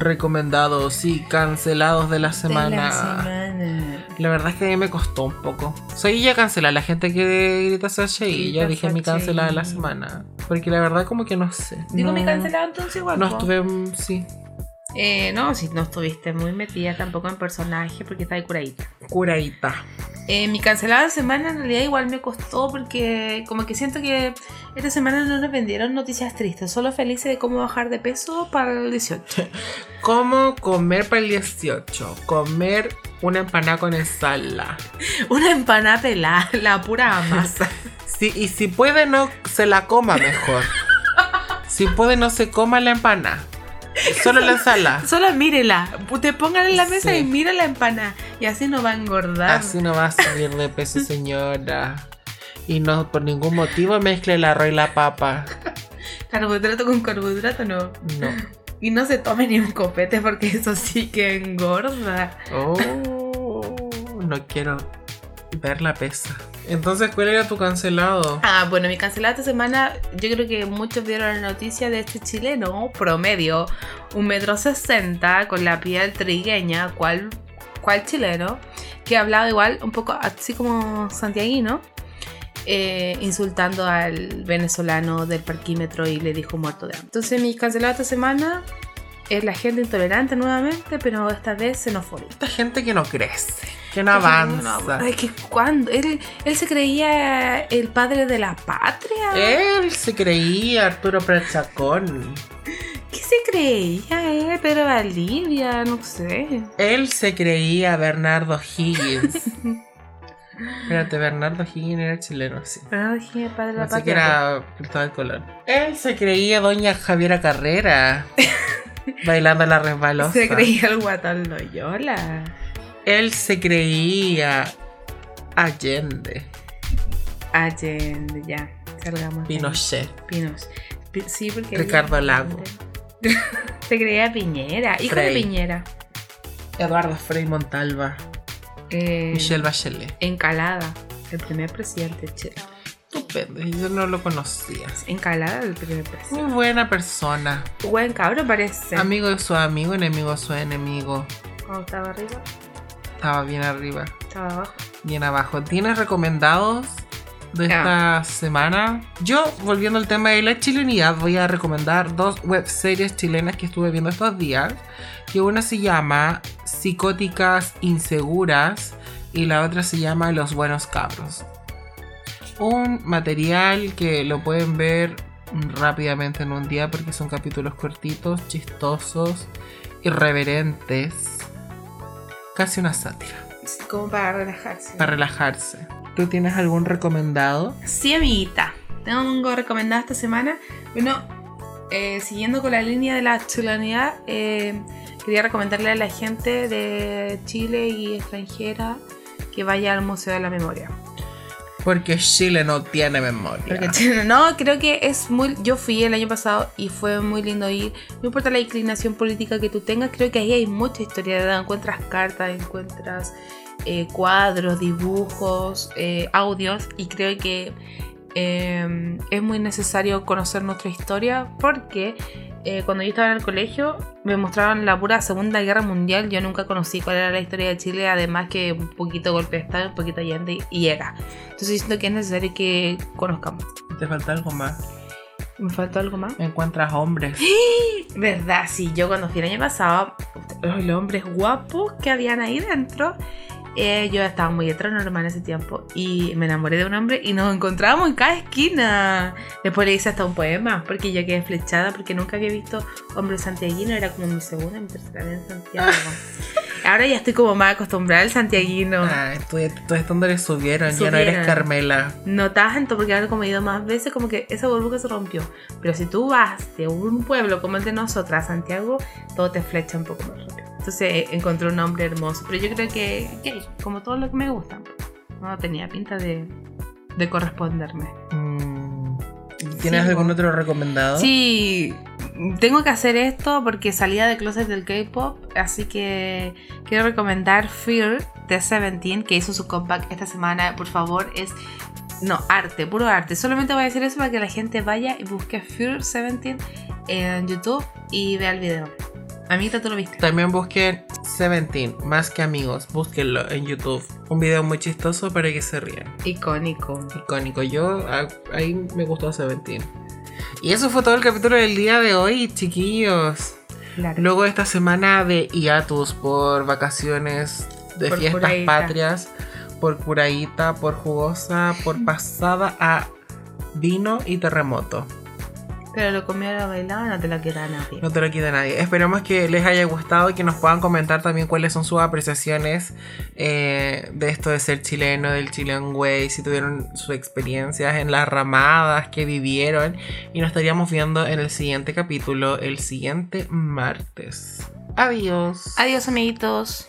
C: recomendados y cancelados de la semana.
D: De la semana.
C: La verdad es que a mí me costó un poco. Soy ya cancelada, la gente que grita Sashay.
D: Grita
C: Yo dije mi
D: Sashay.
C: cancelada de la semana. Porque la verdad como que no sé.
D: Digo,
C: no,
D: me cancelaron entonces igual.
C: No
D: po.
C: estuve, mm, sí.
D: Eh, no, si no estuviste muy metida tampoco en personaje porque estaba ahí curadita.
C: Curaita.
D: Eh, mi cancelada semana en realidad igual me costó porque como que siento que esta semana no nos vendieron noticias tristes, solo felices de cómo bajar de peso para el 18.
C: ¿Cómo comer para el 18? Comer una empanada con ensalada.
D: Una empanada pelada, la pura masa.
C: Sí, y si puede, no se la coma mejor. Si puede, no se coma la empanada. Solo la ensalada.
D: Solo mírela, te pongan en la mesa
C: Sí.
D: y mira la empanada y así no va a engordar.
C: Así no va a subir de peso, señora. Y no por ningún motivo mezcle el arroz y la papa.
D: Carbohidrato con carbohidrato no.
C: No.
D: Y no se tome ni un copete porque eso sí que engorda.
C: Oh, no quiero ver la pesa. Entonces, ¿cuál era tu cancelado?
D: Ah, bueno, mi cancelada esta semana, yo creo que muchos vieron la noticia de este chileno promedio, un metro sesenta, con la piel trigueña, cual, cual chileno, que hablaba igual, un poco así como santiaguino, eh, insultando al venezolano del parquímetro y le dijo muerto de hambre. Entonces mi cancelada esta semana es la gente intolerante nuevamente, pero esta vez xenofóbica.
C: Esta gente que no crece, que no
D: No
C: avanza.
D: avanza. Es que cuando él, él se creía el padre de la patria.
C: Él se creía Arturo Prachacón.
D: ¿Qué se creía él? Pero Valdivia, no sé.
C: Él se creía Bernardo Higgins. Espérate, Bernardo Higgins era chileno, sí.
D: Pero no Ah, dije el padre de la
C: Así que
D: patria.
C: era Cristóbal Colón. Él se creía Doña Javiera Carrera. bailando la resbalosa.
D: Se creía el guatón Loyola.
C: Él se creía Allende,
D: Allende, ya. Salgamos. de
C: Pinochet.
D: ahí. Pinos. Pi- sí, porque.
C: Ricardo Lago.
D: Se creía Piñera. Hijo
C: Frey.
D: de Piñera.
C: Eduardo Frei Montalva.
D: Eh,
C: Michelle Bachelet.
D: Encalada. El primer presidente de Chile.
C: Estupendo, yo no lo conocía.
D: Encalada, el primer presidente.
C: Muy buena persona.
D: Buen cabro parece.
C: Amigo de su amigo, enemigo de su enemigo.
D: Cuando estaba arriba,
C: Estaba bien arriba,
D: estaba abajo.
C: bien abajo. ¿Tienes recomendados de esta semana? Yo, volviendo al tema de la chilenidad, voy a recomendar dos webseries chilenas que estuve viendo estos días. Que una se llama Psicóticas Inseguras y la otra se llama Los Buenos Cabros. Un material que lo pueden ver rápidamente en un día porque son capítulos cortitos, chistosos, irreverentes. Casi una sátira
D: Sí, Como para relajarse.
C: para relajarse. ¿Tú tienes algún recomendado?
D: Sí, amiguita. Tengo recomendado esta semana. Bueno, eh, siguiendo con la línea de la chulanidad, eh, quería recomendarle a la gente de Chile y extranjera que vaya al Museo de la Memoria.
C: Porque Chile no tiene memoria.
D: Porque Chile- no, creo que es muy. Yo fui el año pasado y fue muy lindo ir. No importa la inclinación política que tú tengas, creo que ahí hay mucha historia. ¿verdad? Encuentras cartas, encuentras eh, cuadros, dibujos, eh, audios, y creo que eh, es muy necesario conocer nuestra historia porque. eh, cuando yo estaba en el colegio me mostraron la pura Segunda Guerra Mundial. Yo nunca conocí cuál era la historia de Chile, además que un poquito golpe de Estado, un poquito Allende y llega. Entonces yo siento que es necesario que conozcamos.
C: Te falta algo más.
D: ¿Me faltó algo más?
C: Encuentras hombres.
D: ¿Verdad? Sí, yo cuando fui el año pasado, los hombres guapos que habían ahí dentro, eh, yo estaba muy heteronormal en ese tiempo y me enamoré de un hombre y nos encontrábamos en cada esquina. Después le hice hasta un poema porque yo quedé flechada porque nunca había visto hombre santiaguino, era como mi segunda, mi tercera vez en Santiago. Ahora ya estoy como más acostumbrada al santiaguino.
C: Ay, tus tus estándares subieron, ya no eres
D: Subieron.
C: Carmela.
D: No tanto, porque ahora como he ido más veces, como que esa burbuja se rompió. Pero si tú vas de un pueblo como el de nosotras, Santiago, todo te flecha un poco más rápido. Entonces eh, encontré un hombre hermoso. Pero yo creo que, gay, como todo lo que me gusta, no tenía pinta de, de corresponderme.
C: Mm, ¿Tienes
D: Sí,
C: algún
D: bueno.
C: otro recomendado?
D: Sí, tengo que hacer esto porque salía de closet del K-pop, así que quiero recomendar Fear de Seventeen que hizo su comeback esta semana. Por favor, es no arte, puro arte. Solamente voy a decir eso para que la gente vaya y busque Fear Seventeen en YouTube y vea el video. Amita, tú lo viste.
C: También busquen Seventeen, más que amigos, búsquenlo en YouTube. Un video muy chistoso para que se rían.
D: Icónico.
C: Icónico, yo a- ahí me gustó Seventeen. Y eso fue todo el capítulo del día de hoy, chiquillos.
G: Claro.
C: Luego esta semana de hiatus por vacaciones de
G: Por
C: fiestas
G: Curaíta.
C: patrias, por curaíta, por jugosa, por pasada a vino y terremoto.
G: Pero lo comieron, lo bailaban, no te lo queda nadie.
C: No te lo quita nadie. Esperamos que les haya gustado y que nos puedan comentar también cuáles son sus apreciaciones eh, de esto de ser chileno, del Chilean Way, si tuvieron sus experiencias en las ramadas que vivieron. Y nos estaríamos viendo en el siguiente capítulo, el siguiente martes. Adiós.
G: Adiós, amiguitos.